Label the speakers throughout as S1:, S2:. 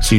S1: Si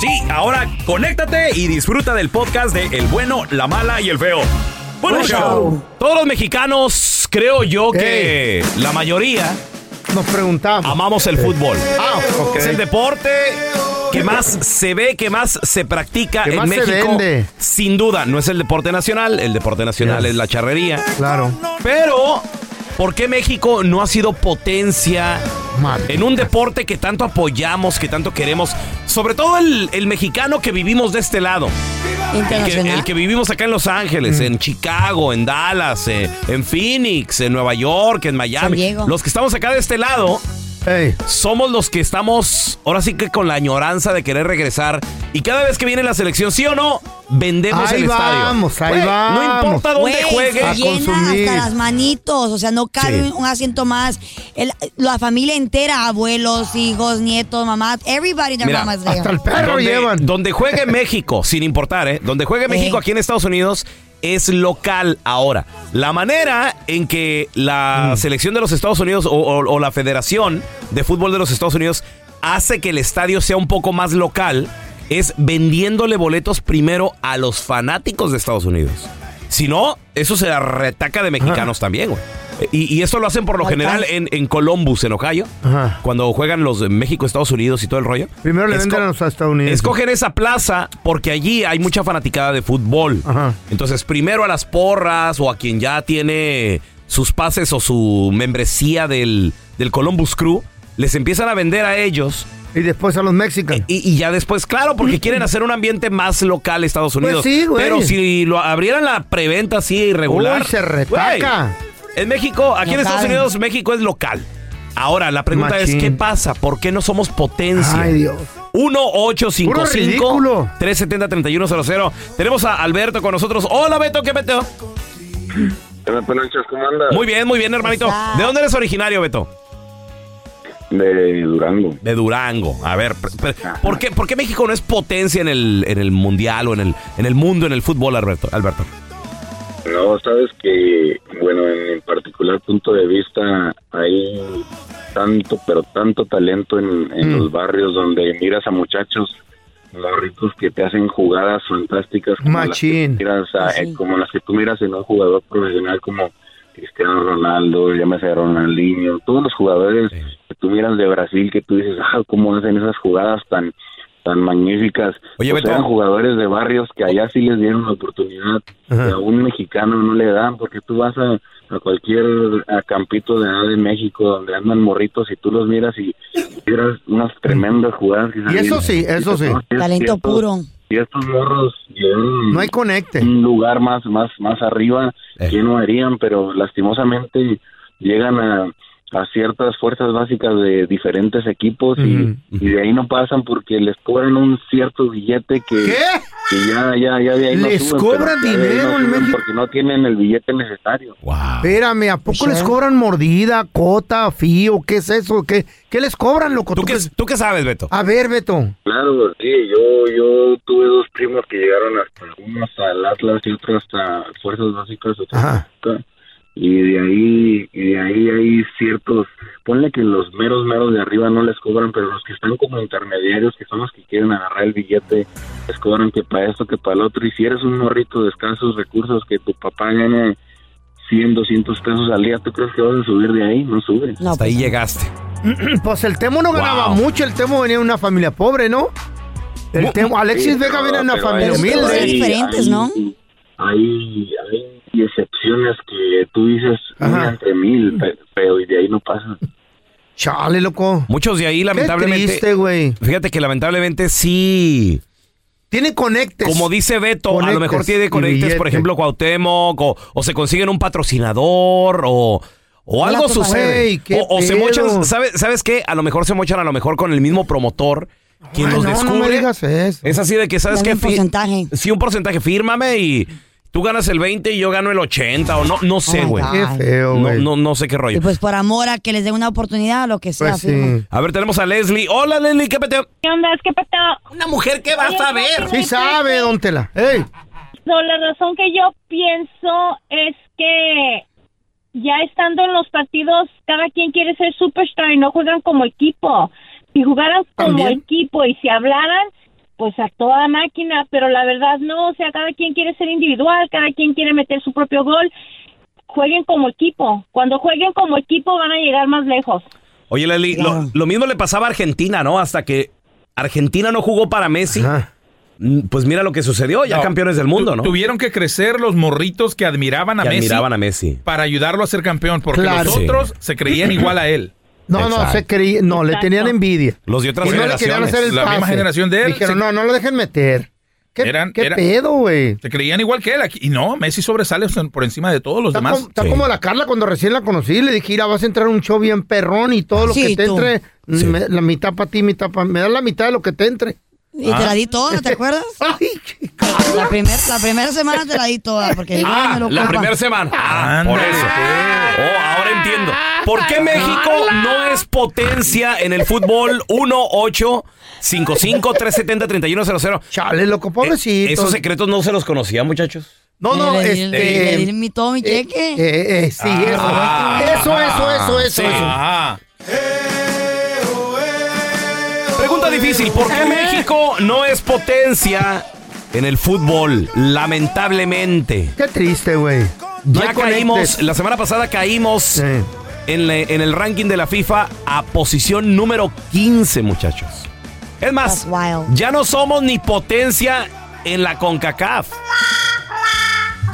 S2: Sí, ahora conéctate y disfruta del podcast de El bueno, la mala y el feo. Bueno,
S3: Buen
S2: show.
S3: show.
S2: Todos los mexicanos, creo yo que la mayoría
S3: Nos preguntamos.
S2: amamos el fútbol.
S3: Ah, ok.
S2: Es el deporte que más se ve, que más se practica
S3: Que
S2: en
S3: más se
S2: México.
S3: vende.
S2: Sin duda, no es el deporte nacional, el deporte nacional
S3: Yes.
S2: es la charrería.
S3: Claro.
S2: Pero, ¿por qué México no ha sido potencia
S3: Madre.
S2: en un deporte que tanto apoyamos, que tanto queremos? Sobre todo el, el mexicano que vivimos de este lado, el que,
S4: Internacional.
S2: el que vivimos acá en Los
S3: Mm.
S2: Ángeles, en Chicago, en Dallas, eh, en Phoenix, en Nueva York, en
S4: San
S2: Miami.
S4: Diego.
S2: Los que estamos acá de este lado
S3: Ey,
S2: somos los que estamos ahora sí que con la añoranza de querer regresar. Y cada vez que viene la selección, sí o no, vendemos
S3: Ahí
S2: el
S3: vamos,
S2: estadio.
S3: ahí
S2: Güey, No
S3: vamos.
S2: importa dónde
S4: Güey,
S2: juegue.
S4: se
S3: A
S4: llena
S3: consumir.
S4: hasta las manitos, o sea, no cabe
S3: Sí.
S4: un asiento más. El- la familia entera, abuelos, hijos, nietos, mamás, everybody, their
S2: Mira,
S4: mama's there.
S3: hasta el perro
S2: donde,
S3: llevan.
S2: donde juegue México, sin importar, ¿eh? Donde juegue México
S4: Eh.
S2: aquí en Estados Unidos es local ahora. La manera en que
S3: Mm.
S2: la selección de los Estados Unidos o, o- o la Federación de Fútbol de los Estados Unidos hace que el estadio sea un poco más local es vendiéndole boletos primero a los fanáticos de Estados Unidos. Si no, eso se retaca de mexicanos también, güey. Y, y esto lo hacen por lo
S4: Ahí está.
S2: general en, en Columbus, en Ohio,
S3: Ajá.
S2: cuando juegan los de México, Estados Unidos y todo el rollo.
S3: Primero le venden
S2: Esco-
S3: a los estadounidenses.
S2: Escogen esa plaza porque allí hay mucha fanaticada de fútbol.
S3: Ajá.
S2: Entonces, primero a las porras o a quien ya tiene sus pases o su membresía del, del Columbus Crew, les empiezan a vender a ellos.
S3: Y después a los mexicanos.
S2: Y, y ya después, claro, porque quieren hacer un ambiente más local Estados Unidos.
S3: Pues sí, güey.
S2: Pero si lo abrieran la preventa así irregular.
S3: Uy, se retaca.
S2: güey, en México, aquí
S4: No
S2: en Estados
S4: caben.
S2: Unidos, México es local. Ahora, la pregunta
S3: Machín.
S2: es, ¿qué pasa? ¿Por qué no somos potencia?
S3: Ay, Dios.
S2: 1-855-370-3100.
S3: Puro
S2: 3100 Tenemos a Alberto con nosotros. Hola, Beto, ¿qué Beto?
S5: ¿Qué me pelonchas? ¿Cómo andas?
S2: Muy bien, muy bien, hermanito.
S4: Hola.
S2: ¿De dónde eres originario, Beto?
S5: De Durango.
S2: De Durango. A ver, pre- pre- ¿por, qué, por qué México no es potencia en el, en el mundial o en el, en el mundo, en el fútbol, Alberto? Alberto.
S5: No, sabes que, bueno, en, en particular punto de vista, hay tanto, pero tanto talento en, en los barrios donde miras a muchachos morritos que te hacen jugadas fantásticas como, las que,
S3: Machín.
S5: miras a-
S4: Sí.
S5: eh, como las que tú miras en un jugador profesional como Cristiano Ronaldo, llámese Ronaldinho, todos los jugadores que tú miras de Brasil que tú dices, ah, cómo hacen esas jugadas tan tan magníficas.
S2: Oye,
S5: O
S2: Beto.
S5: sea, eran jugadores de barrios que allá sí les dieron la oportunidad que a un mexicano no le dan, porque tú vas a, a cualquier a campito de allá de México donde andan morritos y tú los miras y miras unas tremendas jugadas. Que
S3: Y eso sí, eso sí.
S4: Talento puro.
S5: Y estos morros llegaron
S3: No hay conecte.
S5: un lugar más más más arriba
S2: Eh.
S5: que no harían, pero lastimosamente llegan a, a ciertas fuerzas básicas de diferentes equipos y,
S3: Ujú,
S5: y de ahí no pasan porque les cobran un cierto billete que
S3: ¿Qué?
S5: Y ya, ya, ya de ahí no
S3: Les
S5: suben,
S3: cobran
S5: pero ya de ahí
S3: dinero
S5: no
S3: en
S5: suben
S3: México.
S5: Porque no tienen el billete necesario.
S3: Espérame, ¿a poco les cobran mordida, cota, fío? ¿Qué es eso? ¿Qué, qué les cobran, loco? ¿Tú, qué,
S2: ¿Tú qué sabes, Beto?
S3: A ver, Beto.
S5: Claro, sí, yo, yo tuve dos primos que llegaron hasta uno hasta el Atlas y otro hasta Fuerzas Básicas. otro hasta- Y de ahí, y de ahí hay ciertos, ponle que los meros meros de arriba no les cobran, pero los que están como intermediarios, que son los que quieren agarrar el billete, les cobran que para esto, que para el otro. Y si eres un morrito de escasos recursos, que tu papá gane 100, 200 pesos al día, ¿tú crees que vas a subir de ahí? No subes.
S2: Hasta ahí llegaste.
S3: Pues el Temo no ganaba mucho, el Temo venía de una familia pobre, ¿no? El Temo, Alexis
S5: Sí,
S3: Vega
S5: no,
S3: viene de una
S5: pero
S3: familia
S5: hay-
S3: humilde.
S5: hay- hay- Hay, hay excepciones que tú dices una entre mil, pe- pero y de ahí no pasa.
S3: Chale, loco.
S2: Muchos de ahí, lamentablemente.
S3: triste, güey.
S2: Fíjate que lamentablemente sí.
S3: Tiene conectes.
S2: Como dice Beto, a lo
S3: Conectes
S2: mejor
S3: y
S2: tiene conectes,
S3: billete.
S2: por ejemplo, Cuauhtémoc, o, o se consiguen un patrocinador, o, o
S3: Hola,
S2: algo
S3: pues,
S2: sucede.
S3: güey, qué
S2: o, o se
S3: pedo.
S2: mochan, ¿sabes, ¿sabes qué? A lo mejor se mochan a lo mejor con el mismo promotor, quien
S3: Ay,
S2: los
S3: Ah, no, no me
S2: descubre.
S3: digas eso.
S2: Es así de que, ¿sabes
S4: Dale
S2: qué?
S4: un porcentaje.
S2: Sí, un porcentaje. Fírmame y tú ganas el 20 y yo gano el 80 o no, no sé,
S4: Oh my
S2: güey.
S4: God. Qué
S3: feo,
S2: No, no, no sé qué rollo.
S4: Y pues por amor a que les den una oportunidad, lo que sea.
S3: Pues
S4: firma.
S2: A ver, tenemos a Leslie. Hola, Leslie, ¿qué peteo?
S6: ¿Qué onda? ¿Qué pasó?
S2: Una mujer que
S6: vas a ver.
S3: Sí sabe, don Tela. ¡Ey!
S6: No, la razón que yo pienso es que ya estando en los partidos, cada quien quiere ser superstar y no juegan como equipo. Si jugaran como
S3: También.
S6: equipo y si hablaran, pues a toda máquina, pero la verdad no, o sea, cada quien quiere ser individual, cada quien quiere meter su propio gol. Jueguen como equipo. Cuando jueguen como equipo van a llegar más lejos.
S2: Oye, Leslie, lo, lo mismo le pasaba a Argentina, ¿no? Hasta que Argentina no jugó para Messi. Mm, Pues mira lo que sucedió, ya
S7: No.
S2: campeones del mundo, ¿no?
S7: Tuvieron que crecer los morritos que admiraban a
S2: Que
S7: Messi
S2: admiraban a Messi.
S7: para ayudarlo a ser campeón, porque
S3: Claro.
S7: los
S3: Sí.
S7: otros se creían igual a él.
S3: No, no,
S2: Ah,
S3: se creía, no, le
S6: Exacto.
S3: tenían envidia.
S2: Los de otras
S3: Y no le querían
S2: generaciones.
S3: hacer el
S7: La misma
S3: pase.
S7: generación de él,
S3: Dijeron,
S7: sí.
S3: no, no lo dejen meter. ¿Qué,
S7: Eran-
S3: qué
S7: era-
S3: pedo, güey?
S7: Se creían igual que él. aquí- Y no, Messi sobresale son- por encima de todos los
S3: Está,
S7: demás.
S3: como, está como la Carla cuando recién la conocí, le dije, mira, vas a entrar a un show bien perrón y todo lo
S4: Sí,
S3: que te
S4: tú.
S3: entre, me- la mitad para ti, mitad para me das la mitad de lo que te entre. Ah.
S4: Y te la di toda, ¿te acuerdas?
S3: Ay,
S4: La, primer- la primera semana te la di toda, porque
S2: Ah,
S4: me lo
S2: la
S4: ocupan.
S2: primera semana. Ah, por
S7: Ándale,
S2: eso. Oh, ahora entiendo. ¿Por qué México no es potencia en el fútbol 1-8-55-370-3100?
S3: chale, loco, pobrecito.
S2: Eh, Esos secretos no se los conocía, muchachos.
S3: No,
S4: Y
S3: no,
S4: le di- le di
S3: este...
S4: mi- todo mi
S3: eh,
S4: cheque.
S3: eh, eh, sí, eso,
S2: Ah.
S3: eso, eso, eso, eso, eso.
S7: Ah,
S2: Pregunta difícil, ¿por qué México no es potencia en el fútbol? Lamentablemente.
S3: Qué triste, güey. No
S2: Ya
S3: hay
S2: caímos,
S3: conectes.
S2: la semana pasada caímos
S3: Sí.
S2: en, le- en el ranking de la FIFA a posición número 15, muchachos. Es
S4: That's
S2: más,
S4: wild.
S2: ya no somos ni potencia en la CONCACAF.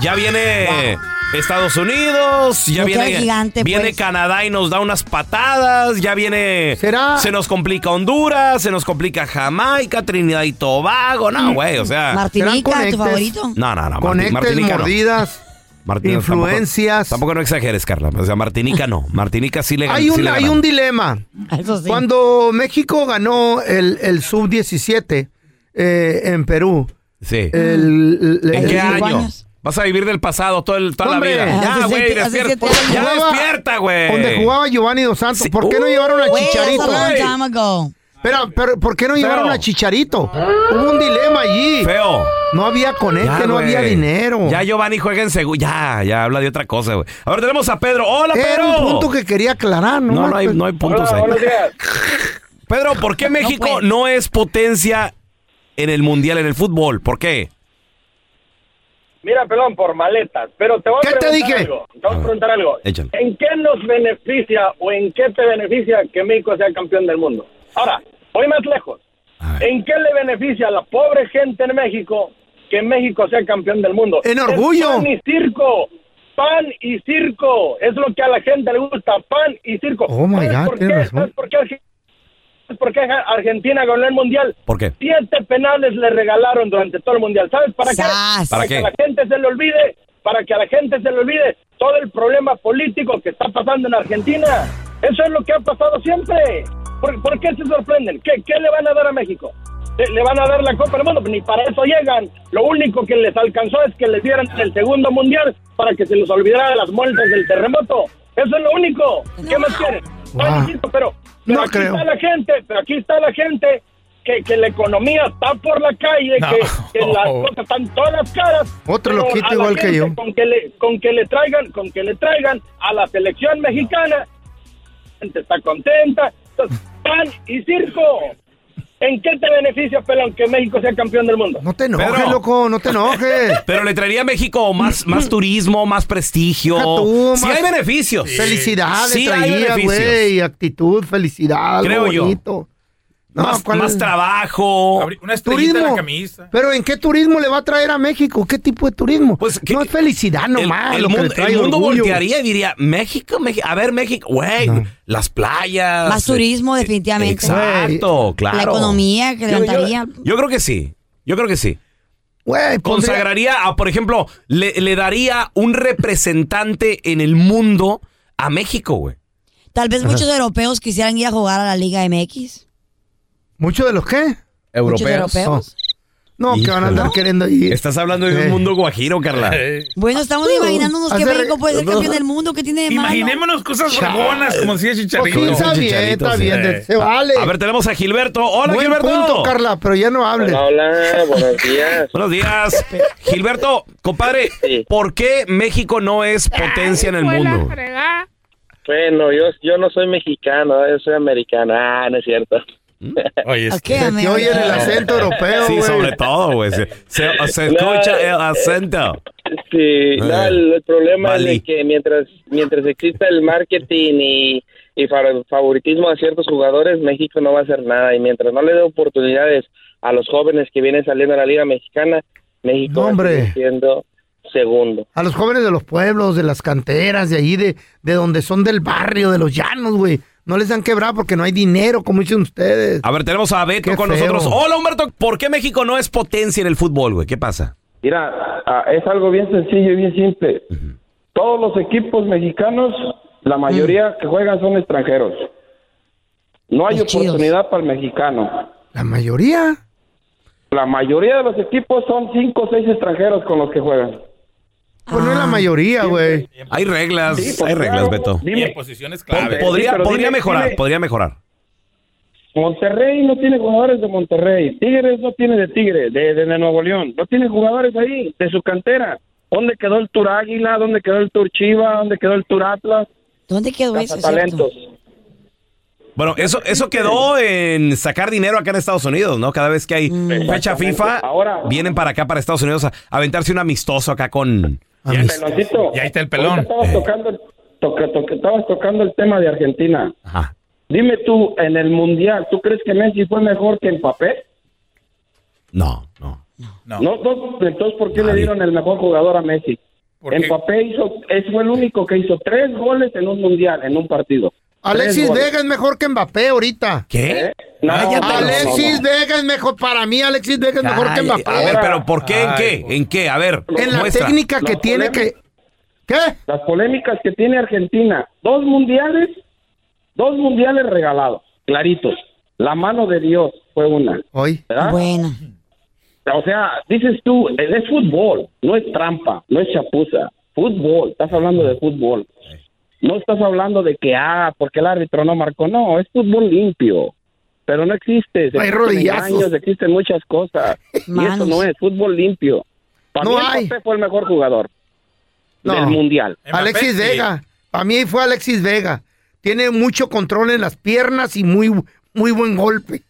S2: Ya viene Estados Unidos, ya
S4: No queda
S2: viene,
S4: gigante,
S2: viene
S4: pues.
S2: Canadá y nos da unas patadas, ya viene...
S3: ¿Será?
S2: Se nos complica Honduras, se nos complica Jamaica, Trinidad y Tobago, no, güey, o sea...
S3: Serán
S4: Mm. Martinica,
S3: conectes.
S4: tu favorito.
S2: no, no, no. Marti-
S3: Conectes,
S2: Martinica no.
S3: mordidas.
S2: Martín-
S3: Influencias.
S2: Tampoco, tampoco no exageres, Carla. O sea, Martinica no. Martinica sí le gan-
S3: Hay
S2: sí
S3: un,
S2: le
S3: hay
S2: ganamos.
S3: un dilema.
S4: Ah, Eso sí.
S3: Cuando México ganó el, el sub-17 eh, en Perú,
S2: Sí.
S3: el, el-
S2: ¿En
S4: hace
S2: qué
S4: cinco
S2: año?
S4: años.
S2: Vas a vivir del pasado todo el- toda
S3: Hombre,
S2: la vida.
S4: hace
S2: Ya, güey,
S4: siete- hace
S2: despierta.
S4: siete años.
S2: Ya
S3: jugaba-
S2: despierta, güey.
S3: donde jugaba Giovanni Dos Santos,
S2: Sí.
S3: ¿por qué no
S2: Uh,
S3: llevaron a
S4: Güey, that's
S3: Chicharito?
S4: a long
S2: güey.
S4: time ago.
S3: Pero, pero, ¿por qué no llevaron a Chicharito? Hubo un dilema allí.
S2: Feo.
S3: No había conecte,
S2: Ya,
S3: no
S2: güey.
S3: había dinero.
S2: Ya Giovanni juega en seguro. Ya, ya habla de otra cosa, güey. Ahora tenemos a Pedro. Hola,
S3: Era
S2: Pedro.
S3: un punto que quería aclarar, ¿no?
S2: No, no hay, no hay puntos ahí.
S5: días.
S2: Pedro, ¿por qué México no,
S4: pues.
S2: es potencia en el mundial, en el fútbol? ¿Por qué?
S8: Mira, perdón, por maletas, pero te voy
S3: ¿Qué
S8: a
S3: te
S8: preguntar
S3: dije?
S8: algo. Te voy
S2: A
S8: a
S2: ver,
S8: preguntar algo.
S2: Ah, échale.
S8: ¿En qué nos beneficia o en qué te beneficia que México sea campeón del mundo? Ahora, voy más lejos.
S2: A ver.
S8: ¿En qué le beneficia a la pobre gente en México que México sea campeón del mundo?
S3: En
S8: Es
S3: orgullo.
S8: pan y circo. Pan y circo. Es lo que a la gente le gusta. Pan y circo.
S3: Oh, my
S8: ¿Sabes
S3: God,
S8: por
S3: tienes
S8: qué?
S3: razón.
S8: ¿Sabes por qué Arge- ¿Sabes por qué Argentina ganó el mundial?
S2: ¿Por qué?
S8: Siete penales le regalaron durante todo el mundial. ¿Sabes para qué?
S4: ¡Sas!
S2: ¿Para qué?
S8: que la gente se le olvide, para que a la gente se le olvide todo el problema político que está pasando en Argentina. Eso es lo que ha pasado siempre. ¿Por, por qué se sorprenden? ¿Qué, qué le van a dar a México? le, le van a dar la Copa del Mundo, ni para eso llegan. Lo único que les alcanzó es que les dieran el segundo mundial para que se les olvidara de las muertes del terremoto. Eso es lo único. ¿Qué más quieren? Ay,
S3: Wow.
S8: mijito, pero, pero
S3: Ah. No
S8: aquí
S3: creo.
S8: está la gente, pero aquí está la gente que, que la economía está por la calle,
S3: No.
S8: que, que las cosas están todas las caras.
S3: Otro
S8: pero
S3: loquito
S8: a la
S3: igual que
S8: gente
S3: yo.
S8: Con que le, con que le traigan, con que le traigan a la selección mexicana, la gente está contenta. Entonces, pan y circo. ¿En qué te beneficia, Pelón, que México sea campeón del mundo?
S3: No te enojes, loco, no te enojes.
S2: Pero le traería a México más, más turismo, más prestigio.
S3: Deja tú,
S2: sí
S3: más
S2: hay beneficios.
S3: Felicidad
S2: Sí
S3: le
S2: hay
S3: traía,
S2: beneficios.
S3: güey. Actitud, felicidad, algo
S2: Creo yo.
S3: bonito. No,
S2: más,
S3: ¿cuál
S2: más
S3: es?
S2: trabajo.
S9: Una estrellita en la
S3: Turismo.
S9: camisa.
S3: Pero ¿en qué turismo le va a traer a México? ¿Qué tipo de turismo? no es felicidad
S2: Pues, el,
S3: nomás.
S2: el
S3: lo que le
S2: mundo, el
S3: trae
S2: mundo
S3: orgullo.
S2: voltearía y diría, México, México, a ver, México, güey, las playas. este,
S5: Más turismo, definitivamente.
S2: Exacto, claro.
S5: La economía que
S2: Yo- yo-
S5: levantaría.
S2: Yo, creo que sí. Yo creo que sí.
S3: Güey, pondría-
S2: Consagraría, a, por ejemplo, le, le daría un representante en el mundo a México, güey.
S5: Tal vez muchos europeos quisieran ir a jugar a la Liga MX.
S3: ¿Muchos de los qué?
S5: Muchos europeos.
S3: No, que van a andar
S2: Híjole.
S3: queriendo ir.
S2: Estás hablando de
S3: Eh.
S2: un mundo guajiro, Carla.
S5: Bueno, estamos imaginándonos que
S3: Uh, hacer-
S5: México puede ser campeón del mundo. ¿Qué tiene de malo?
S9: Imaginémonos cosas
S3: Chale.
S9: fregonas, como decía
S3: Pues
S9: Chicharito.
S3: sí, está bien,
S2: Chicharito,
S3: está
S2: sí.
S3: bien.
S9: Eh.
S3: Se vale.
S2: A ver, tenemos a Gilberto. Hola,
S3: Buen
S2: Gilberto.
S3: punto, Carla, pero ya no hables.
S10: Hola, hola, buenos días.
S2: Buenos días. Gilberto, compadre,
S10: Sí.
S2: ¿por qué México no es potencia en el mundo?
S10: Bueno, yo, yo no soy mexicano, yo soy americano. Ah, no es cierto.
S9: Oye, es
S5: ¿A qué,
S9: que-
S3: Se te
S5: amigo?
S3: oye en el acento europeo,
S2: Sí,
S3: güey.
S2: sobre todo, güey. Se, se- se escucha el acento.
S10: Sí, no, el, el problema
S2: Bali.
S10: es de que mientras mientras exista el marketing y, y fa- favoritismo a ciertos jugadores, México no va a hacer nada. Y mientras no le dé oportunidades a los jóvenes que vienen saliendo a la Liga Mexicana, México va a
S3: Hombre.
S10: seguir siendo segundo.
S3: A los jóvenes de los pueblos, de las canteras, de ahí, de, de donde son del barrio, de los llanos, güey. No les han quebrado porque no hay dinero, como dicen ustedes.
S2: A ver, tenemos a Beto
S3: Qué
S2: con
S3: feo.
S2: nosotros. Hola, Humberto. ¿Por qué México no es potencia en el fútbol, güey? ¿Qué pasa?
S11: Mira, ah, es algo bien sencillo y bien simple. Todos los equipos mexicanos, la mayoría que juegan son extranjeros. No hay
S5: Mm. Los chidos.
S11: oportunidad para el mexicano.
S3: La mayoría.
S11: La mayoría de los equipos son cinco o seis extranjeros con los que juegan.
S3: Pues no es la mayoría, güey.
S2: Ah, Hay reglas,
S11: Sí, pues
S2: hay reglas,
S11: claro.
S2: Beto.
S9: Y
S11: Dime,
S9: en posiciones
S2: Po-
S9: clave.
S2: podría,
S11: pero
S2: podría
S11: dime-
S2: mejorar,
S11: dime-
S2: podría mejorar.
S11: Monterrey no tiene jugadores de Monterrey. Tigres no tiene de Tigre, de, de, de Nuevo León. No tiene jugadores ahí, de su cantera. ¿Dónde quedó el Tour Águila? ¿Dónde quedó el Tour Chiva? ¿Dónde quedó el Tour Atlas?
S5: ¿Dónde quedó eso?
S11: Talentos.
S5: cierto?
S2: Bueno, eso, eso quedó en sacar dinero acá en Estados Unidos, ¿no? Cada vez que hay fecha
S11: Exactamente.
S2: FIFA,
S11: Ahora-
S2: vienen para acá, para Estados Unidos, a a aventarse un amistoso acá con...
S11: Peloncito,
S9: Y ahí está el pelón.
S11: ahorita Estabas,
S2: Eh.
S11: tocando, toca- toca- estabas tocando el tema de Argentina.
S2: Ajá.
S11: Dime tú, en el Mundial, ¿tú crees que Messi fue mejor que Mbappé?
S2: No, no.
S9: No.
S11: No, no, entonces, ¿por qué
S2: Nadie.
S11: le dieron el mejor jugador a Messi?
S9: ¿Por qué?
S11: Mbappé hizo, es, fue el único que hizo tres goles en un Mundial, en un partido.
S3: Alexis
S11: Tres goles. ¿Eh?
S3: Vega es mejor que Mbappé ahorita.
S2: ¿Qué? Ah,
S11: No, no, no,
S3: Alexis
S11: no.
S3: Vega es mejor. Para mí, Alexis Vega es mejor que
S2: Ay,
S3: Mbappé.
S2: A ver, pero ¿por qué? ¿En
S9: Ay,
S2: qué?
S9: por-
S2: ¿En qué? A ver,
S3: en la
S2: muestra.
S3: técnica que
S11: Los
S3: tiene que.
S11: problemas-
S3: ¿Qué?
S11: Las polémicas que tiene Argentina, dos mundiales, dos mundiales regalados, claritos. La mano de Dios fue una,
S3: Hoy.
S11: ¿verdad?
S5: Bueno.
S11: O sea, dices tú, eh, es fútbol, no es trampa, no es chapuza. Fútbol, estás hablando de fútbol. No estás hablando de que, ah, porque el árbitro no marcó. No, es fútbol limpio. Pero no existe. se
S3: Hay
S11: existen
S3: rodillazos.
S11: engaños, existen muchas cosas. Y
S5: Manos.
S11: eso no es fútbol limpio. Para
S3: No
S11: mí,
S3: hay.
S11: Mbappé fue el mejor jugador
S3: No.
S11: del mundial.
S9: Mbappé,
S3: Alexis
S9: sí.
S3: Vega. Para mí fue Alexis Vega. Tiene mucho control en las piernas y muy, muy buen golpe.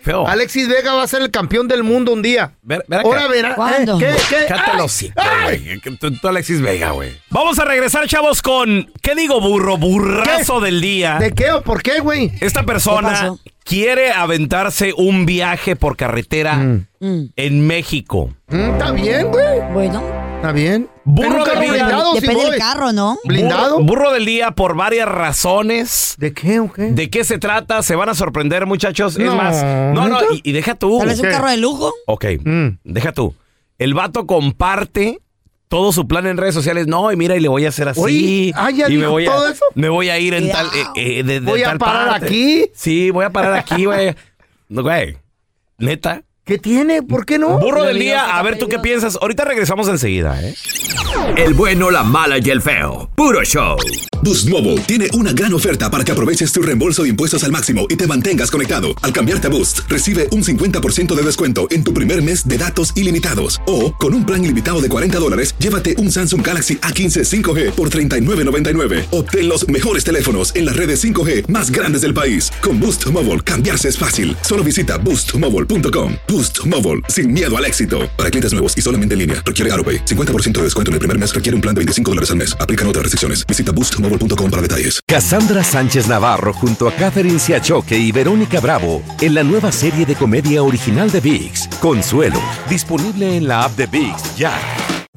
S2: Feo.
S3: Alexis Vega va a ser el campeón del mundo un día.
S2: Ver- ver acá.
S3: Ahora verá.
S5: ¿Cuándo?
S3: ¿Qué? ¿Qué?
S2: Cállate el
S3: ¡Ay! ¡Ah!
S2: hocico, güey. Que tú- tú Alexis Vega, güey. Vamos a regresar, chavos, con. ¿Qué digo, burro? Burrazo del día.
S3: ¿De qué o por qué, güey?
S2: Esta
S5: ¿Qué
S2: persona
S5: pasó?
S2: quiere aventarse un viaje por carretera
S5: Mm,
S2: en México.
S3: Mm, Está bien, güey.
S5: Bueno,
S3: Está bien.
S2: Burro
S3: En un
S2: de
S3: carro
S2: vida.
S3: blindado, sí
S5: depende
S3: voy.
S5: del carro, ¿no?
S3: ¿Blindado?
S2: Burro, burro del día por varias razones.
S3: ¿De qué o qué?
S2: ¿De qué se trata? Se van a sorprender, muchachos. Es
S3: No,
S2: más. No, no,
S3: ¿neta?
S2: y, y deja tú.
S5: Tal vez un
S3: ¿Qué?
S5: carro de lujo.
S2: Ok,
S3: Mm.
S2: deja tú. El vato comparte todo su plan en redes sociales. No, y mira, y le voy a hacer así.
S3: Oye, ah, ya
S2: y
S3: dijo
S2: voy a,
S3: todo eso.
S2: Me voy a ir en
S5: Wow.
S2: tal. eh, eh, de- de
S3: Voy a
S2: tal
S3: parar
S2: parte.
S3: aquí.
S2: Sí, voy a parar aquí, güey. No, güey. Neta.
S3: ¿Qué tiene? ¿Por qué no?
S2: Burro del día, a ver tú qué piensas. Ahorita regresamos enseguida, ¿eh?
S12: El bueno, la mala y el feo. Puro show. Boost Mobile tiene una gran oferta para que aproveches tu reembolso de impuestos al máximo y te mantengas conectado. Al cambiarte a Boost, recibe un 50% de descuento en tu primer mes de datos ilimitados. O, con un plan ilimitado de 40 dólares, llévate un Samsung Galaxy A15 5G por $39.99. Obtén los mejores teléfonos en las redes 5G más grandes del país. Con Boost Mobile, cambiarse es fácil. Solo visita boostmobile.com. Boost Mobile, sin miedo al éxito. Para clientes nuevos y solamente en línea, requiere AroPay. 50% de descuento en el primer mes requiere un plan de 25 dólares al mes. Aplican otras restricciones. Visita boostmobile.com para detalles.
S1: Cassandra Sánchez Navarro junto a Catherine Siachoque y Verónica Bravo en la nueva serie de comedia original de VIX, Consuelo, disponible en la app de VIX ya.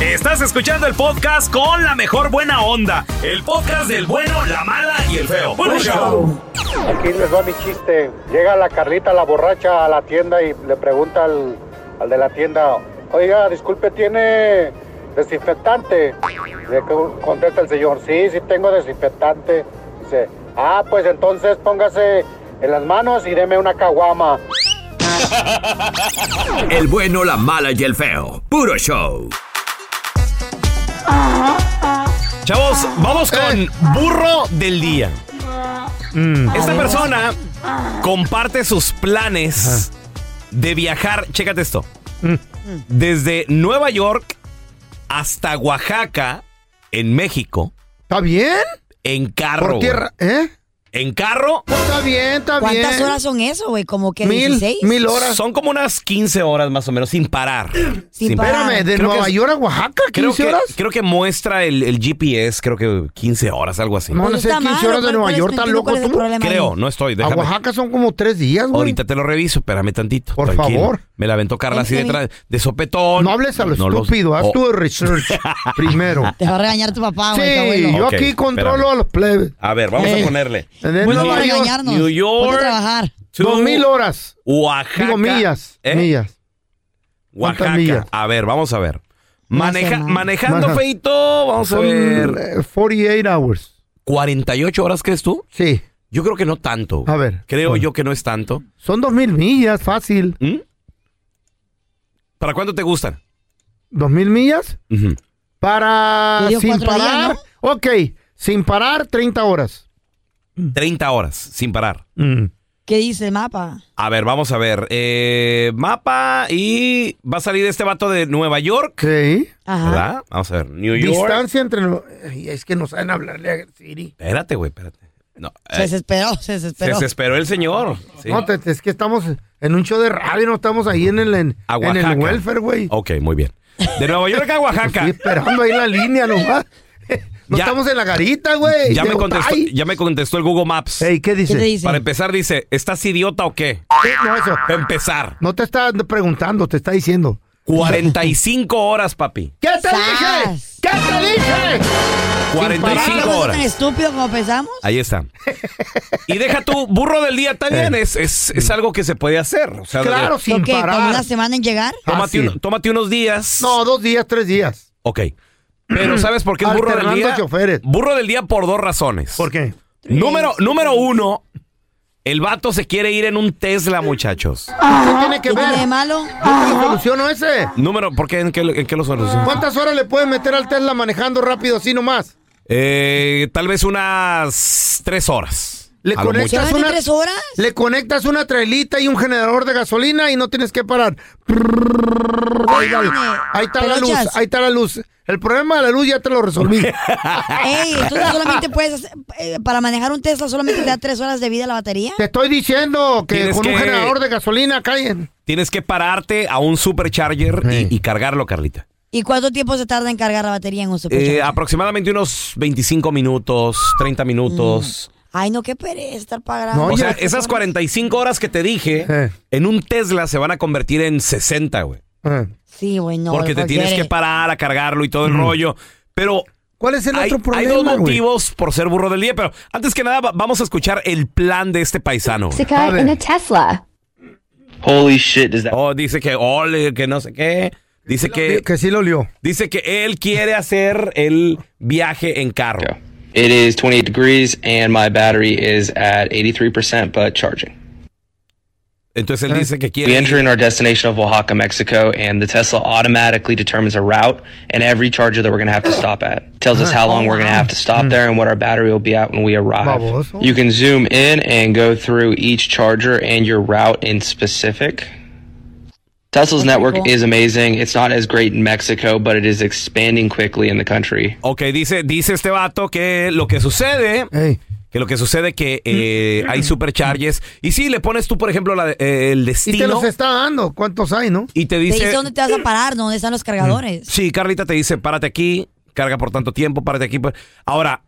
S2: Estás escuchando el podcast con la mejor buena onda. El podcast del bueno, la mala y el feo. Bueno, show.
S13: Aquí les va mi chiste. Llega la Carlita, la borracha, a la tienda y le pregunta al, al de la tienda, oiga, disculpe, ¿tiene desinfectante? Le co- contesta el señor, sí, sí tengo desinfectante. Dice, ah, pues entonces póngase en las manos y deme una caguama.
S12: El bueno, la mala y el feo. Puro show.
S2: Chavos, vamos
S3: Eh.
S2: con burro del día. Mm. Esta persona
S5: Ah.
S2: comparte sus planes de viajar. Chécate esto. Mm. Desde Nueva York hasta Oaxaca, en México.
S3: ¿Está bien?
S2: En carro.
S3: Por tierra, ¿eh?
S2: En carro.
S3: Está bien, está bien.
S5: ¿Cuántas horas son eso, güey? ¿Como que
S3: Mil,
S5: 16?
S2: Son como unas 15 horas más o menos, sin parar.
S5: Sin parar. Espérame, ¿de Nueva
S3: York a Oaxaca, 15
S2: que,
S3: horas?
S2: Creo que muestra el, el GPS, creo que 15 horas, algo así.
S3: No, no sé, 15 horas de Nueva York, ¿estás loco tú?
S2: Creo, no estoy.
S3: A
S2: déjame.
S3: Oaxaca son como tres días, güey.
S2: Ahorita te lo reviso, espérame tantito. Por
S3: favor.
S2: Me la aventó Carla así
S3: En- en-
S2: detrás, de sopetón. No Oh. hables
S3: a lo estúpido, haz tu research primero.
S5: Te va a regañar tu papá,
S3: Sí,
S5: güey. tu abuelo.
S3: yo aquí controlo a los plebes.
S2: A ver, vamos
S3: Eh.
S2: a ponerle.
S3: Bueno, para engañarnos.
S2: New
S3: Ponte a
S2: York.
S3: trabajar.
S2: to
S3: 2000 horas.
S2: Oaxaca. ¿eh?
S3: Digo, millas, millas. ¿Cuántas
S2: Oaxaca.
S3: millas?
S2: A ver, vamos a ver. Maneja,
S3: Más o menos.
S2: manejando,
S3: Ajá.
S2: Feito. Vamos a
S3: Son,
S2: ver.
S3: eh, 48 hours.
S2: 48 horas, ¿crees tú?
S3: Sí.
S2: Yo creo que no tanto.
S3: A ver. Mm.
S2: Creo yo que no es tanto.
S3: Son 2000 millas, fácil.
S2: ¿Mm? ¿Para cuándo te gustan?
S3: ¿2000 millas? Para
S2: Le dio
S3: sin
S2: cuatro días,
S3: parar. Ok, sin parar 30 horas.
S2: 30 horas, sin parar.
S5: ¿Qué dice el mapa?
S2: A ver, vamos a ver. Eh, mapa y va a salir este vato de Nueva York.
S3: Sí.
S2: ¿Verdad? Vamos a ver. New York.
S3: Distancia entre no- Ay, es que no saben hablarle a Siri.
S2: Espérate, güey, espérate. No,
S5: Se
S2: eh,
S5: desesperó, se
S2: se
S5: desesperó.
S2: desesperó el señor. Sí.
S3: No, te- te- es que estamos en un show de radio, no estamos ahí en el en,
S2: A
S3: en
S2: Oaxaca.
S3: el welfare, güey.
S2: Ok, muy bien. De Nueva York a Oaxaca.
S3: Estoy esperando ahí la línea nomás. No
S2: Ya.
S3: estamos en la garita, güey.
S2: Ya
S3: De
S2: me, contestó,
S3: Otay.
S2: ya me contestó el Google Maps.
S3: ¿qué dice? ¿Qué te dice?
S2: Para empezar, dice, ¿estás idiota o qué?
S3: no, eso.
S2: Para empezar.
S3: No te está preguntando, te está diciendo.
S2: 45 horas, papi.
S3: ¿Qué te dije? ¿Qué te dije?
S5: ¿Qué
S2: 45
S5: cosa tan
S2: horas.
S5: estúpido como pensamos?
S2: Ahí está. Y deja tu burro del día también.
S3: Eh.
S2: Es, es, es algo que se puede hacer. O sea, de-
S5: ¿Lo qué, ¿Como una semana en llegar?
S2: Tómate, un- tómate unos días.
S3: No, dos días, tres días.
S2: Ok. Pero ¿sabes por qué es burro del
S3: Alternando
S2: día?
S3: choferes.
S2: Burro del día por dos razones. ¿Por
S3: qué?
S2: Número, número uno, el vato se quiere ir en un Tesla, muchachos.
S3: ¿Qué tiene que
S5: ¿Qué
S3: ver?
S5: tiene de malo?
S3: Yo te lo soluciono ese.
S2: Número, ¿por qué? ¿En qué, en qué lo solucionas?
S3: ¿Cuántas horas le puedes meter al Tesla manejando rápido así nomás?
S2: Eh, tal vez unas tres horas.
S3: Le
S2: A lo
S3: conectas
S2: mucho.
S3: una Le conectas una trailita y un generador de gasolina y no tienes que parar. Ahí, dale. Ahí está la luz,
S5: Pelochas.
S3: ahí está la luz. El problema de la luz ya te lo resolví.
S5: Ey, entonces solamente puedes hacer- eh, para manejar un Tesla solamente te da tres horas de vida la batería.
S3: Te estoy diciendo que
S2: Tienes
S3: con un
S2: que-
S3: generador de gasolina callen.
S2: Tienes que pararte a un supercharger y- y, cargarlo, Carlita.
S5: ¿Y cuánto tiempo se tarda en cargar la batería en un
S2: Eh,
S5: supercharger?
S2: aproximadamente unos 25 minutos, 30 minutos.
S5: Mm. Ay, no, qué pereza estar
S3: Mm.
S5: pagando.
S2: o sea, esas 45 horas que te dije, en un Tesla se van a convertir en 60, güey.
S5: Sí, güey, no.
S2: porque te tienes que parar a cargarlo y todo el rollo. Pero.
S3: Mm. ¿Cuál es el
S2: hay,
S3: otro
S2: Hay dos
S3: problema, güey?
S2: motivos por ser burro del día, pero antes que nada, va- vamos a escuchar el plan de este paisano.
S4: This guy in a Tesla.
S2: Holy shit, Oh, dice que ole, que no sé qué. Dice que.
S3: Que sí lo olió.
S2: Dice que él quiere hacer el viaje en carro.
S14: It is 28 degrees and my battery is at 83% but charging.
S2: Entonces él
S3: Eh.
S2: dice que
S14: We
S2: quiere.
S14: enter in our destination of Oaxaca, Mexico, and the Tesla automatically determines a route and every charger that we're going to have to stop at. Tells us how long we're going to have to stop there and what our battery will be at when we arrive.
S15: Baboso.
S14: You can zoom in and go through each charger and your route in specific. Tesla's network is amazing. It's not as great in Mexico, but it is expanding quickly in the country.
S2: Ok, dice, dice este vato que lo que sucede. Que lo que sucede que eh, hay supercharges. Y si le pones tú, por ejemplo, la de- eh, el
S3: Y te
S2: destino.
S3: los está dando. ¿Cuántos hay, no?
S2: Y te
S5: Te
S2: dice.
S5: dice dónde te vas a parar, ¿no? dónde están los
S3: Mm.
S5: cargadores.
S2: Sí, Carlita te dice, párate aquí, carga por tanto tiempo, párate aquí. pa- Ahora,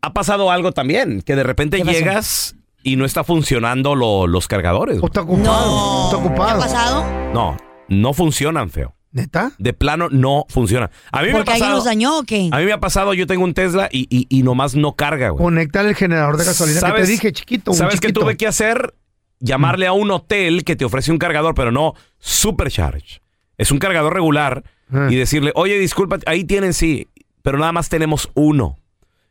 S2: ha pasado algo también, que de repente
S5: ¿Qué pasó?
S2: llegas y no está funcionando lo- los cargadores. güey.
S3: Está ocupado. Está ocupado.
S5: ¿Qué ha pasado?
S2: No, no funcionan, feo.
S3: ¿Neta?
S2: De plano no funciona. A mí me ha
S5: Porque alguien
S2: pasado.
S5: los dañó o qué?
S2: A mí me ha pasado, yo tengo un Tesla y, y- y nomás no carga, güey.
S3: Conectar el generador de gasolina que te
S2: ¿Sabes-
S3: dije, chiquito. un
S2: ¿Sabes qué
S3: chiquito.
S2: tuve que hacer? Llamarle a un hotel que te ofrece un cargador, pero no Supercharge. Es un cargador regular
S3: Ah.
S2: y decirle, oye, disculpa, ahí tienen sí, pero nada más tenemos uno.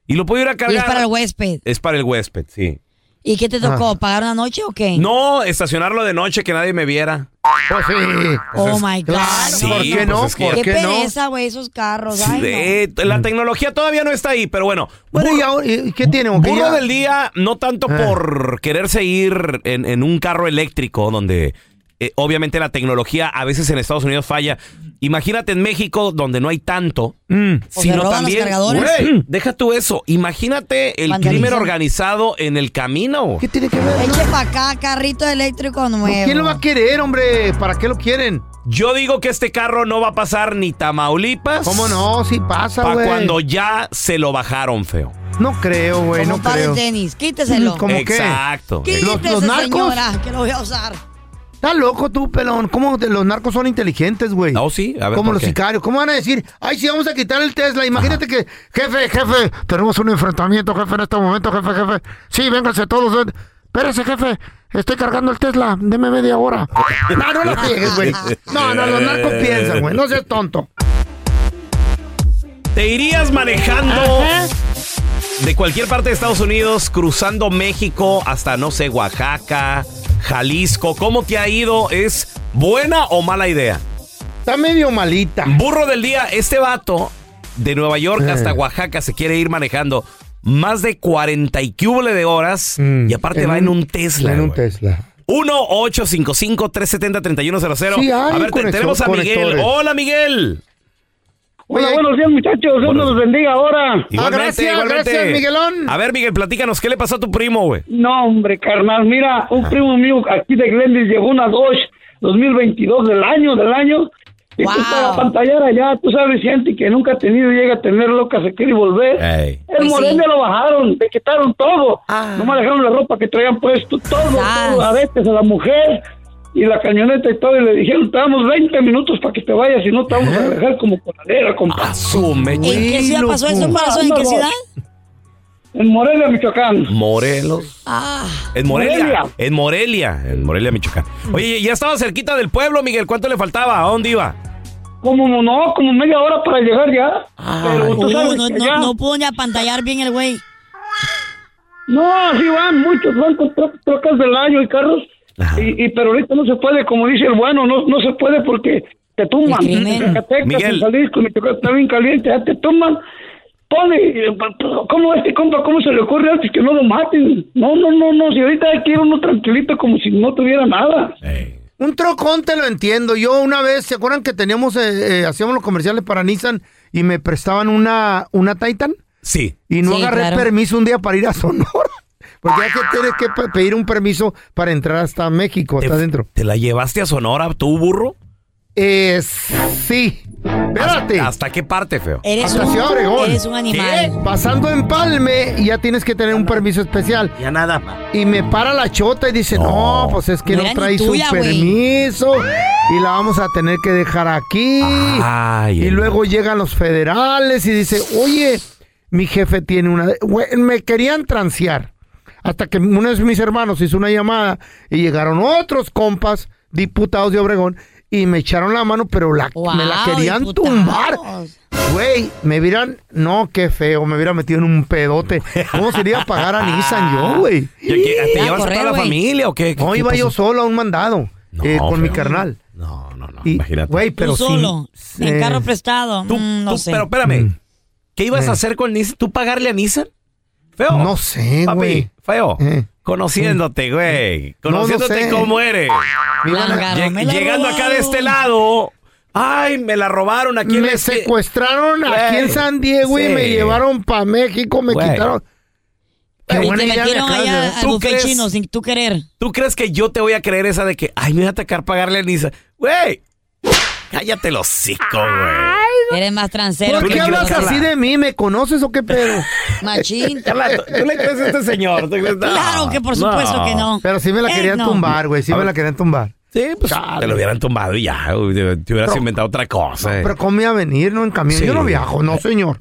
S2: Y lo puedo ir a
S5: Y
S2: cargar.
S5: es para el huésped.
S2: Es para el huésped, sí.
S5: ¿Y qué te tocó?
S3: Ah.
S5: ¿Pagar una noche o qué?
S2: No, estacionarlo de noche que nadie me viera.
S3: Pues sí.
S5: Oh my God.
S2: Sí,
S3: ¿Por qué
S2: pues
S3: no? Mm.
S2: es que-
S5: qué, pereza, güey, esos carros. Ay, no.
S2: Eh, la tecnología todavía no está ahí, pero bueno.
S3: Bueno, ¿y ahora- Ah. y ¿Qué tiene? ¿O qué
S2: Burro
S3: ya?
S2: del día, no tanto por quererse ir en, en un carro eléctrico, donde eh, obviamente la tecnología a veces en Estados Unidos falla. Imagínate en México, donde no hay tanto,
S3: Mm.
S5: O se roban los cargadores.
S2: Güey, deja tú eso. Imagínate el
S5: Vandalizan.
S2: crimen organizado en el camino.
S3: ¿Qué tiene que ver?
S5: Eche para acá, carrito eléctrico nuevo.
S3: ¿Quién lo va a querer, hombre? ¿Para qué lo quieren?
S2: Yo digo que este carro no va a pasar ni Tamaulipas.
S3: ¿Cómo no? Si pasa,
S2: Para
S3: güey.
S2: cuando ya se lo bajaron, feo.
S3: No creo, güey, no
S5: Un par de
S3: creo.
S5: tenis, quíteselo.
S3: ¿Cómo qué?
S2: Exacto.
S3: Los,
S5: Quítese,
S4: Este,
S3: los narcos.
S5: señora, que lo voy a usar.
S3: Estás loco tú, pelón. ¿Cómo te- los narcos son inteligentes, güey? No,
S2: sí, a ver,
S3: Como
S2: ¿por
S3: los
S2: qué?
S3: sicarios. ¿Cómo van a decir, ay, sí, vamos a quitar el Tesla? Imagínate que, jefe, jefe, tenemos un enfrentamiento, jefe, en este momento, jefe, jefe. Sí, vénganse todos. ven. Espérese, jefe, estoy cargando el Tesla, deme media hora. No, no la friegues, güey. No, no, los narcos
S2: Eh.
S3: piensan, güey. No seas tonto.
S2: ¿Te irías manejando de cualquier parte de Estados Unidos, cruzando México hasta, no sé, Oaxaca, Jalisco? ¿Cómo te ha ido? ¿Es buena o mala idea?
S3: Está medio malita.
S2: Burro del día, este vato de Nueva York hasta Oaxaca se quiere ir manejando más de 40 y cúbole de horas y aparte va Mm. en un Tesla.
S3: En un
S2: güey.
S3: Tesla.
S2: 1-855-370-3100.
S3: Sí, hay
S2: a ver, te-
S3: conector-
S2: tenemos a Miguel.
S3: conectores.
S2: Hola, Miguel.
S16: Hola, buenos días, muchachos. Dios nos los bendiga ahora.
S3: Ah,
S2: Igualmente, Ah, igualmente. A ver, Miguel, platícanos, ¿qué le pasó a tu primo, güey?
S16: No, hombre, carnal, mira, un primo mío aquí de Glendale llegó una Dodge 2022 del año, del año. Y pues para pantallar allá, tú sabes, gente que nunca ha tenido, llega a tener loca, se quiere volver. El
S17: Pues
S16: moreno
S17: sí.
S16: lo bajaron, le quitaron todo.
S5: Ah.
S16: No me dejaron la ropa que traían puesto, todo, todo, aretes a la mujer y la camioneta y todo. Y le dijeron, te damos 20 minutos para que te vayas y no te vamos a dejar como coladera, compa.
S2: ¿En
S5: qué ciudad pasó eso, corazón? ¿En qué ciudad?
S16: En Morelia, Michoacán.
S2: Morelos.
S5: Ah.
S2: En Morelia.
S5: Morelia.
S2: En Morelia. En Morelia, Michoacán. Oye, ya estaba cerquita del pueblo, Miguel. ¿Cuánto le faltaba? ¿A dónde iba?
S16: Como no, como media hora para llegar ya.
S2: Ah,
S16: Pero tú
S5: Uh,
S16: sabes
S5: no,
S16: que
S5: no,
S16: ya-
S5: no pudo ni apantallar bien el güey.
S16: No, sí van muchos, van con tro- trocas del año y carros. Y, y- pero ahorita no se puede, como dice el bueno, no, no se puede porque te tumban. Zacatecas,
S2: Miguel.
S16: en Jalisco, Michoacán, está bien caliente, ya te tumban. Pone, ¿cómo este compa, cómo se le ocurre antes que no lo maten? No, no, no, no, si ahorita hay que ir uno tranquilito como si no tuviera nada.
S3: Un trocón te lo entiendo. Yo una vez, ¿se acuerdan que teníamos, eh, eh, hacíamos los comerciales para Nissan y me prestaban una, una Titan?
S2: Sí.
S3: Y no
S2: Sí,
S3: agarré
S2: claro.
S3: permiso un día para ir a Sonora. Porque hay que tienes que pe- pedir un permiso para entrar hasta México, hasta adentro.
S2: ¿Te la llevaste a Sonora, tú, burro?
S3: Eh, sí. Espérate.
S2: ¿Hasta qué parte, feo?
S3: Eres Hasta un- Ciudad Obregón. eres un animal. Pasando en Palme, ya tienes que tener un permiso especial.
S2: Ya nada.
S3: Y me para la chota y dice, no, pues es que
S2: No
S3: no,
S2: era ni
S3: trae su
S2: tuya, güey.
S3: permiso y la vamos a tener que dejar aquí.
S2: Ay,
S3: y
S2: el-
S3: luego llegan los federales y dice, oye, mi jefe tiene una... de-". Güey, me querían transear. Hasta que uno de mis hermanos hizo una llamada y llegaron otros compas, diputados de Obregón, y me echaron la mano, pero la, me
S4: Wow,
S3: la querían
S4: diputados.
S3: tumbar. Güey, me vieran, no, qué feo, me hubiera metido en un pedote. ¿Cómo sería pagar a Nissan yo, güey?
S2: ¿Y aquí- te Te va a llevas a correr, toda la güey. familia o qué? ¿Qué-
S3: no,
S2: qué
S3: iba
S2: pasó?
S3: yo solo a un mandado eh, con mi
S2: feo.
S3: carnal.
S2: No, no, no.
S3: Y,
S2: imagínate.
S3: Güey, pero
S2: Tú
S3: sin-
S2: solo,
S3: eh,
S4: En carro prestado.
S2: Tú-
S4: mm, no
S2: tú-
S4: sé.
S2: Pero espérame. ¿Qué ibas
S3: Eh.
S2: a hacer con Nissan? ¿Tú pagarle a Nissan? Feo.
S3: No sé,
S2: Papi,
S3: güey.
S2: feo. Conociéndote, güey.
S3: Eh. No, no
S2: Conociéndote
S3: sé.
S2: cómo eres.
S3: Me iban a-
S2: Lleg-
S3: me la
S2: llegando acá de
S3: robaron.
S2: este lado. Ay, me la robaron aquí. en
S3: me
S2: la esquina.
S3: secuestraron aquí
S2: Güey,
S3: en San Diego y
S2: sí.
S3: me llevaron para México, me
S2: Güey.
S3: quitaron. Qué
S4: Y
S3: buena
S4: te
S3: idea me
S4: metieron
S3: acabas de
S4: allá
S3: dar.
S4: al
S3: ¿Tú
S4: buffet
S3: crees?
S4: chino sin tú querer.
S2: ¿Tú crees que yo te voy a creer esa de que, ay, me voy a atacar pagarle a Nissan? Güey, cállate los hocico, güey.
S4: Eres más transero.
S3: ¿Por
S4: que
S3: qué
S4: yo.
S3: hablas así de mí? ¿Me conoces o qué pedo?
S4: Machín.
S2: ¿Tú le crees a este señor? ¿Tú crees? No,
S4: Claro que por supuesto que no.
S3: Pero sí me la
S4: Eh,
S3: querían
S4: no.
S3: tumbar, güey. Sí
S2: A
S3: me
S2: ver.
S3: la querían tumbar.
S2: Sí, pues Te lo hubieran tumbado y ya, güey, te, te hubieras
S3: Pero-
S2: inventado otra cosa. eh.
S3: Pero ¿cómo iba a venir? No, en camión.
S2: Sí. Eh.
S3: Yo no viajo, no, señor.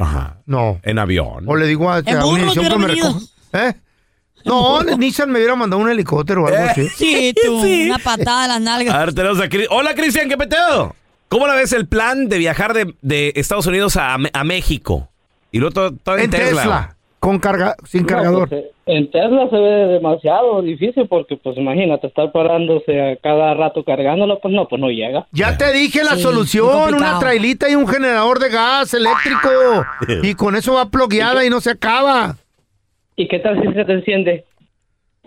S3: No.
S2: En avión.
S3: O le digo a, a
S2: En burro
S3: una dirección
S2: te
S3: que
S2: hubiera
S3: me
S2: venido.
S3: recoja. ¿Eh? No, Nissan me hubiera mandado un helicóptero o
S2: Eh,
S3: algo así.
S4: Sí, tú. Una patada a las nalgas.
S2: A ver, tenemos a Cris- Hola, Cristian, ¿qué peteo? ¿Cómo la ves el plan de viajar de, de Estados Unidos a, a México? Y luego to- todavía
S3: En
S2: en Tesla.
S3: Tesla. Con carga, sin
S11: No,
S3: cargador.
S11: pues, eh, en Tesla se ve demasiado difícil porque, pues imagínate, estar parándose a cada rato cargándolo, pues no, pues no llega.
S3: Ya te dije la
S11: Sí, muy
S3: solución,
S11: complicado.
S3: una trailita y un generador de gas eléctrico. y con eso va plogueada y no se acaba.
S11: ¿Y qué tal si se te enciende?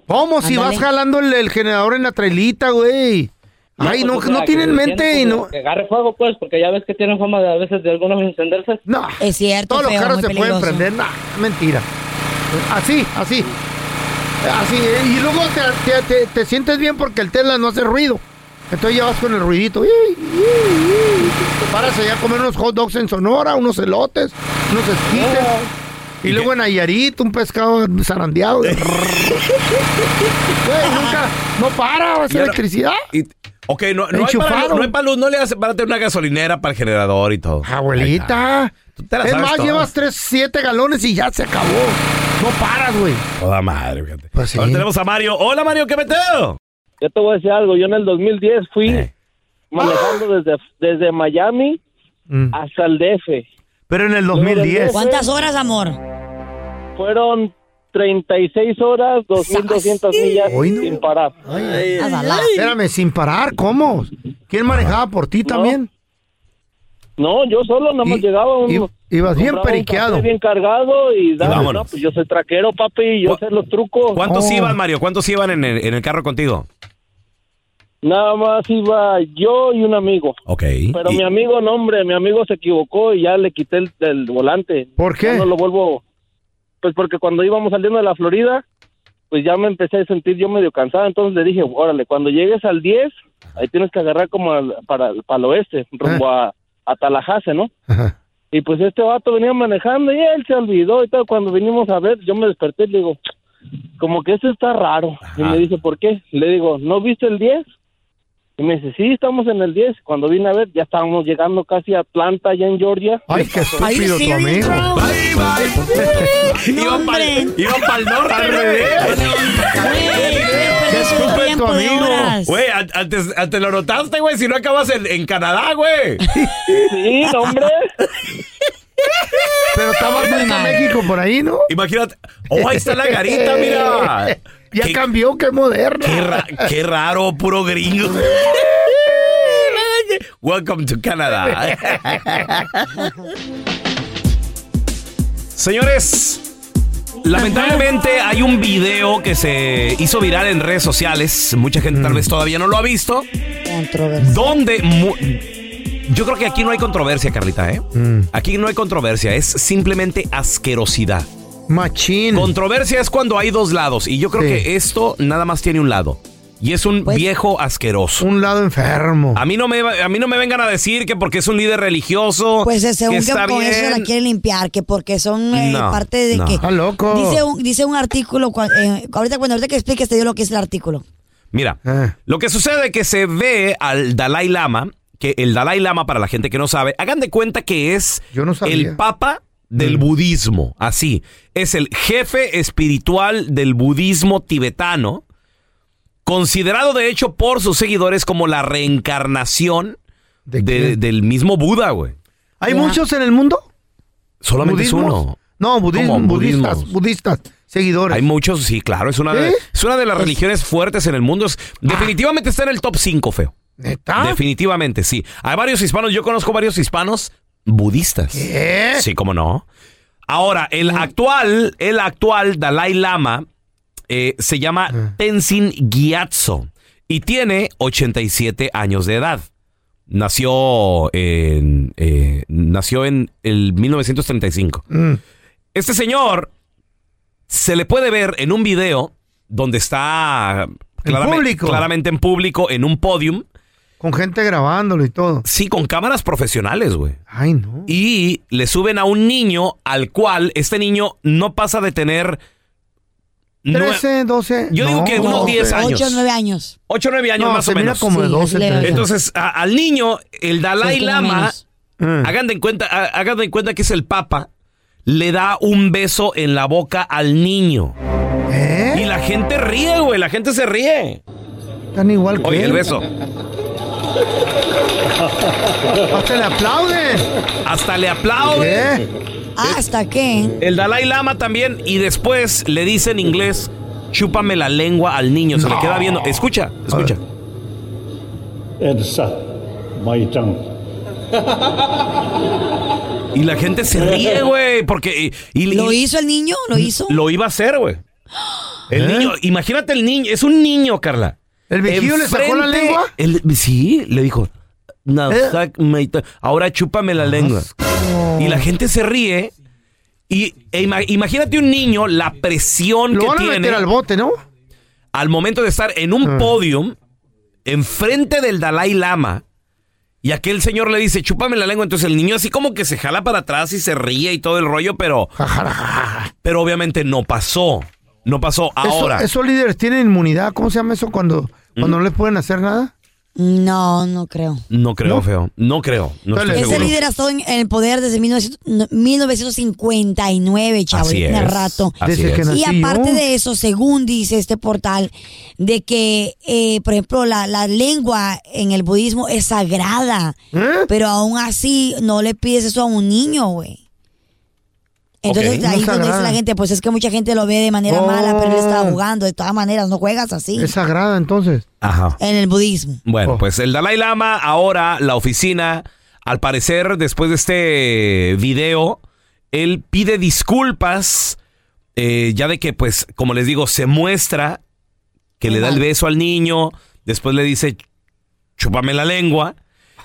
S3: ¿Cómo? Si
S11: Ándale.
S3: vas jalando el, el generador en la trailita, güey. Ay,
S11: pues,
S3: no,
S11: o sea,
S3: no
S11: que
S3: tienen
S11: se
S3: mente
S11: enciende,
S3: y
S11: pues,
S3: no.
S11: Que agarre fuego, pues, porque ya ves que tienen fama de a veces de algunos encenderse.
S3: No.
S4: Es cierto.
S3: Todos los
S4: feo,
S3: carros
S4: muy
S3: se pueden
S4: peligroso.
S3: prender. Nah, mentira. Así, así. Así. eh, Y luego te, te- te- te sientes bien porque el Tesla no hace ruido. Entonces ya vas con el ruidito. Y- y- y- Te paras allá a comer unos hot dogs en Sonora, unos elotes, unos esquites. Y luego en Nayarit, un pescado zarandeado. Güey, nunca, no para, va a
S2: Y
S3: ser
S2: ahora-
S3: electricidad.
S2: y- ok, no, no hay para luz,
S3: Enchufado.
S2: no hay para luz, no le hace para tener una gasolinera para el generador y todo.
S3: Abuelita.
S2: te la
S3: Es
S2: sabes
S3: más,
S2: todas.
S3: llevas 3, 7 galones y ya se acabó. No paras, güey.
S2: Toda madre, fíjate.
S3: Pues
S2: Ahora tenemos a Mario. Hola, Mario, ¿qué meteo?
S15: Yo te voy a decir algo. Yo en el 2010 fui manejando desde, desde Miami hasta el DF.
S3: Pero en el
S4: ¿Cuántas horas, amor?
S15: Fueron 36 horas, 2.200 millas sin parar.
S3: Espérame, sin parar, ¿cómo? ¿Quién manejaba por ti también?
S15: No, yo solo nomás
S3: Y-
S15: llegaba. un-
S3: y- ibas bien
S15: compraba un
S3: periqueado.
S15: café Bien cargado y dale, no,
S2: vámonos.
S15: pues yo soy traquero, papi, yo sé los trucos.
S2: ¿Cuántos
S3: Oh.
S4: Oh.
S2: iban, Mario? ¿Cuántos iban en el, en el carro contigo?
S15: Nada más iba yo y un amigo.
S2: Ok.
S15: Pero
S2: Y-
S15: mi amigo, no, hombre, mi amigo se equivocó y ya le quité el, el volante.
S3: ¿Por qué?
S15: Ya no lo vuelvo. Pues porque cuando íbamos saliendo de la Florida, pues ya me empecé a sentir yo medio cansado. Entonces le dije, órale, cuando llegues al 10, ahí tienes que agarrar como al- para, para el oeste, rumbo
S3: Ah.
S15: a, a Tallahassee, ¿no? Y pues este vato venía manejando y él se olvidó y todo. Cuando vinimos a ver, yo me desperté y le digo, como que eso está raro. Y me dice, ¿por qué? Le digo, ¿no viste el 10? Y me dice, sí, estamos en el 10. Cuando vine a ver, ya estábamos llegando casi a Atlanta, allá en Georgia.
S3: Ay, qué estúpido tu amigo.
S2: Iba para el norte, al revés.
S3: Qué estúpido tu
S2: tiempo de
S3: amigo.
S2: Güey, an- antes, antes lo notaste, güey, si no acabas en, en Canadá, güey.
S15: Sí, hombre.
S3: Pero estaba cerca México por ahí, ¿no?
S2: Imagínate. Oh, ahí está la garita, mira.
S3: Ya cambió, qué moderno.
S2: Qué, ra- qué raro, puro gringo. Welcome to Canadá. Señores, lamentablemente hay un video que se hizo viral en redes sociales. Mucha gente
S3: Mm.
S2: tal vez todavía no lo ha visto. Donde mu- yo creo que aquí no hay controversia, Carlita, ¿eh?
S3: Mm.
S2: Aquí no hay controversia, es simplemente asquerosidad.
S3: Machín.
S2: Controversia es cuando hay dos lados y yo creo que esto nada más tiene un lado. Y es un
S4: Pues-
S2: viejo asqueroso.
S3: Un lado enfermo.
S2: A mí, no me, va- a mí no me vengan a decir que porque es un líder religioso.
S4: Pues eh, según
S2: que
S4: que,
S2: está
S4: con eso la
S2: bien.
S4: quieren limpiar, que porque son eh,
S2: No,
S4: parte de
S2: no.
S4: que...
S2: Está loco.
S4: Dice un, dice un artículo, cua- eh, ahorita cuando ahorita que expliques te digo lo que es el artículo.
S2: Mira, lo que sucede es que se ve al Dalai Lama, que el Dalai Lama, para la gente que no sabe, hagan de cuenta que es el papa del budismo, así. Es el jefe espiritual del budismo tibetano, considerado de hecho por sus seguidores como la reencarnación de- del mismo Buda, güey.
S3: ¿Hay muchos en el mundo?
S2: Solamente es
S3: ¿Budismos?
S2: uno.
S3: No, budismo,
S2: ¿Cómo?
S3: budistas,
S2: Budismos.
S3: budistas, seguidores.
S2: Hay muchos, sí, claro. Es una, de,
S3: ¿Sí? Pues,
S2: es una de las religiones fuertes en el mundo. Es- definitivamente está en el top 5, feo. Definitivamente, sí. Hay varios hispanos. Yo conozco varios hispanos budistas. Sí, cómo no. Ahora, el actual, el actual Dalai Lama eh, se llama Tenzin Gyatso y tiene 87 años de edad. Nació en, eh, nació en el 1935. Este señor se le puede ver en un video donde está clarame-
S3: público.
S2: claramente en público, en un podium.
S3: Con gente grabándolo y todo.
S2: Sí, con cámaras profesionales, güey.
S3: Ay, no.
S2: Y le suben a un niño al cual este niño no pasa de tener...
S3: 13, 12.
S2: Yo digo que unos 10 años.
S4: 8 o 9 años.
S2: 8 o 9 años
S3: No,
S2: más
S3: se
S2: o
S3: mira
S2: menos.
S3: como de Sí, 12, le- 13.
S2: Entonces, a- al niño, el Dalai
S3: Sí, tiene
S2: Lama,
S3: menos. Mm.
S2: hagan de, cuenta, ha- hagan de cuenta que es el Papa, le da un beso en la boca al niño.
S3: ¿Eh?
S2: Y la gente ríe, güey, la gente se ríe.
S3: Están igual que
S2: Oye, el
S3: él.
S2: beso.
S3: Hasta le aplauden.
S2: Hasta le aplauden.
S4: ¿Hasta qué?
S2: El Dalai Lama también. Y después le dice en inglés, chúpame la lengua al niño. Se le
S17: No.
S2: queda viendo. Escucha, escucha.
S17: and suck my tongue.
S2: Y la gente se ríe, güey, porque... y- y-
S4: ¿Lo
S2: y-
S4: hizo el niño? ¿Lo hizo?
S2: Lo iba a hacer, güey. El niño, imagínate el niño, es un niño, Carla.
S3: ¿Eh? ¿El viejillo le sacó la lengua?
S2: el- sí, le dijo, "Now
S3: ¿Eh? Ah,
S2: suck my tongue". ahora chúpame la lengua. Y la gente se ríe. Y e ima- imagínate un niño, la presión
S3: Lo
S2: que
S3: van a
S2: tiene
S3: meter al Ah. bote, ¿no?
S2: al momento de estar en un podium, enfrente del Dalai Lama, y aquel señor le dice, chúpame la lengua. Entonces el niño así como que se jala para atrás y se ríe y todo el rollo, pero. pero obviamente no pasó. No pasó. Ahora.
S3: Eso- ¿Esos líderes tienen inmunidad? ¿Cómo se llama eso cuando, cuando no les pueden hacer nada?
S4: No, no creo.
S2: No creo, feo. No creo. No estoy
S4: Ese
S2: seguro.
S4: líder ha estado en en el poder desde 1900 no, 1959, chavo,
S2: Así
S4: ya tiene
S2: es,
S4: rato.
S2: así Desde que es. nací
S4: y
S2: yo.
S4: aparte de eso, según dice este portal, de que, eh, por ejemplo, la, la lengua en el budismo es sagrada, pero aún así no le pides eso a un niño, güey. Entonces
S3: Ok.
S4: ahí
S3: No
S4: es donde dice
S3: sagrada.
S4: la gente, pues es que mucha gente lo ve de manera mala, pero él está jugando, de todas maneras, no juegas así.
S3: Es sagrada entonces.
S2: Ajá.
S4: En el budismo.
S2: Bueno, pues el Dalai Lama ahora, la oficina, al parecer, después de este video, él pide disculpas, eh, ya de que, pues, como les digo, se muestra que le da el beso al niño, después le dice, chúpame la lengua.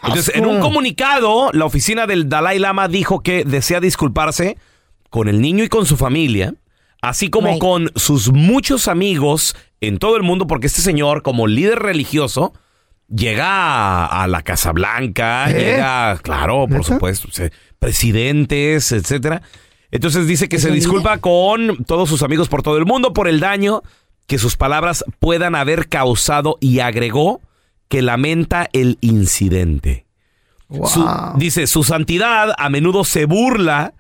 S2: Entonces, en un comunicado, la oficina del Dalai Lama dijo que desea disculparse con el niño y con su familia, así como
S18: Right.
S2: con sus muchos amigos en todo el mundo, porque este señor, como líder religioso, llega a, a la Casa Blanca,
S18: ¿Eh?
S2: llega, claro, por supuesto, se- presidentes, etcétera. Entonces dice que se disculpa con todos sus amigos por todo el mundo por el daño que sus palabras puedan haber causado y agregó que lamenta el incidente. Su- dice, su santidad a menudo se burla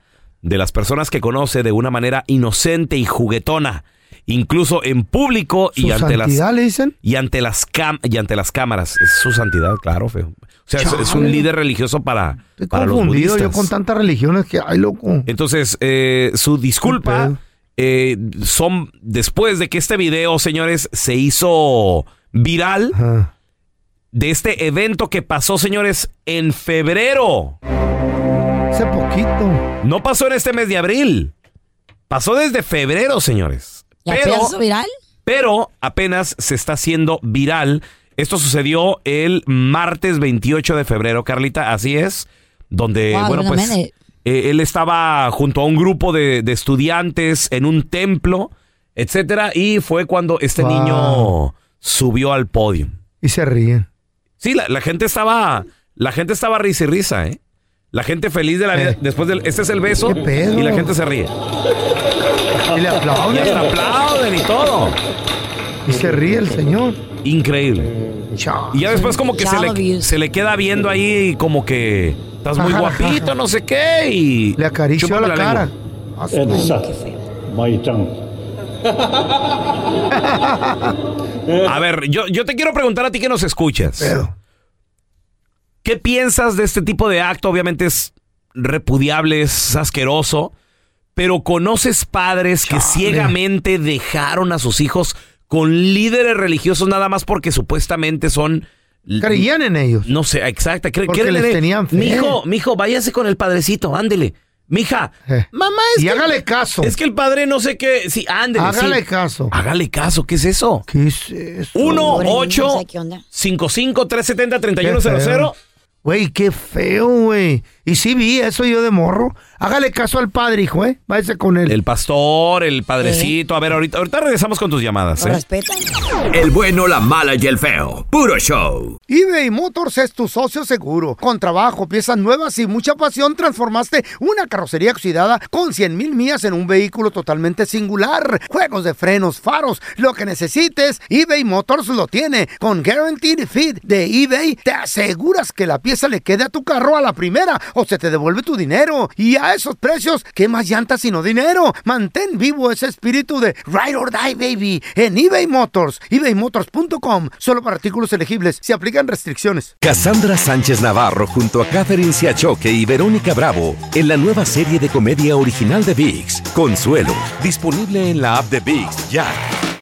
S2: de las personas que conoce de una manera inocente y juguetona, incluso en público y
S3: ¿Su
S2: ante
S3: santidad
S2: las
S3: le dicen?
S2: y ante las cam- y ante las cámaras. Es su santidad, claro, feo. O sea, es, es un
S3: Chale.
S2: líder religioso para,
S3: Estoy
S2: para los
S3: confundido
S2: budistas.
S3: yo con tantas religiones que hay, loco.
S2: Entonces, eh, su disculpa eh, son después de que este video, señores, se hizo viral de este evento que pasó, señores, en febrero.
S3: Hace poquito.
S2: No pasó en este mes de abril. Pasó desde febrero, señores.
S4: ¿Ya
S2: Pero,
S4: pedazo viral?
S2: pero apenas se está haciendo viral. Esto sucedió el martes 28 de febrero, Carlita, así es. Donde,
S4: Wow,
S2: bueno,
S4: wait a
S2: pues
S4: minute.
S2: eh, él estaba junto a un grupo de, de estudiantes en un templo, etcétera, y fue cuando este niño subió al podio.
S3: Y se ríen.
S2: Sí, la, la gente estaba, la gente estaba risa y risa, ¿eh? La gente feliz de la vida. Después del, este es el beso
S3: Eh. pedo?
S2: y la gente se ríe.
S3: Y le aplauden.
S2: Y hasta aplauden y todo.
S3: Y se ríe el señor.
S2: Increíble. Y ya después como que se le, se le queda viendo ahí como que estás muy
S3: Ajá,
S2: guapito, no sé qué. Y le
S3: acarició la cara.
S17: And sat my tongue.
S2: A ver, yo, yo te quiero preguntar a ti que nos escuchas. ¿Qué piensas de este tipo de acto? Obviamente es repudiable, es asqueroso, pero conoces padres que ciegamente dejaron a sus hijos con líderes religiosos nada más porque supuestamente son...
S3: Creían en ellos.
S2: No sé, exacto. Cre
S3: Porque
S2: créanle-
S3: les tenían fe.
S2: Mijo, mijo, váyase con el padrecito, ándele. Mija, mamá es
S3: Eh. Y
S2: que-
S3: hágale caso.
S2: Es que el padre no sé qué... Sí, ándele.
S3: Hágale
S2: sí.
S3: caso.
S2: Hágale caso, ¿qué es eso?
S3: ¿Qué es eso?
S2: Uno,
S3: Pobre niño,
S2: ocho,
S3: no sé qué onda.
S2: 55 370
S3: Qué
S2: 3100
S3: feo. Güey, qué feo, güey. Y sí vi eso yo de morro. Hágale caso al padre, hijo, ¿eh? Váyase con él.
S2: El pastor, el padrecito. A ver, ahorita, ahorita regresamos con tus llamadas. ¿eh?
S18: El bueno, la mala y el feo. Puro show.
S3: eBay Motors es tu socio seguro. Con trabajo, piezas nuevas y mucha pasión, transformaste una carrocería oxidada con 100 mil millas en un vehículo totalmente singular. Juegos de frenos, faros, lo que necesites, eBay Motors lo tiene. Con Guaranteed Fit de eBay, te aseguras que la pieza le quede a tu carro a la primera o se te devuelve tu dinero. Y a esos precios, ¿qué más llantas sino dinero? Mantén vivo ese espíritu de Ride or Die, baby, en eBay Motors. ebaymotors.com, solo para artículos elegibles, se aplican restricciones.
S1: Cassandra Sánchez Navarro junto a Catherine Siachoque y Verónica Bravo en la nueva serie de comedia original de VIX, Consuelo, disponible en la app de VIX ya.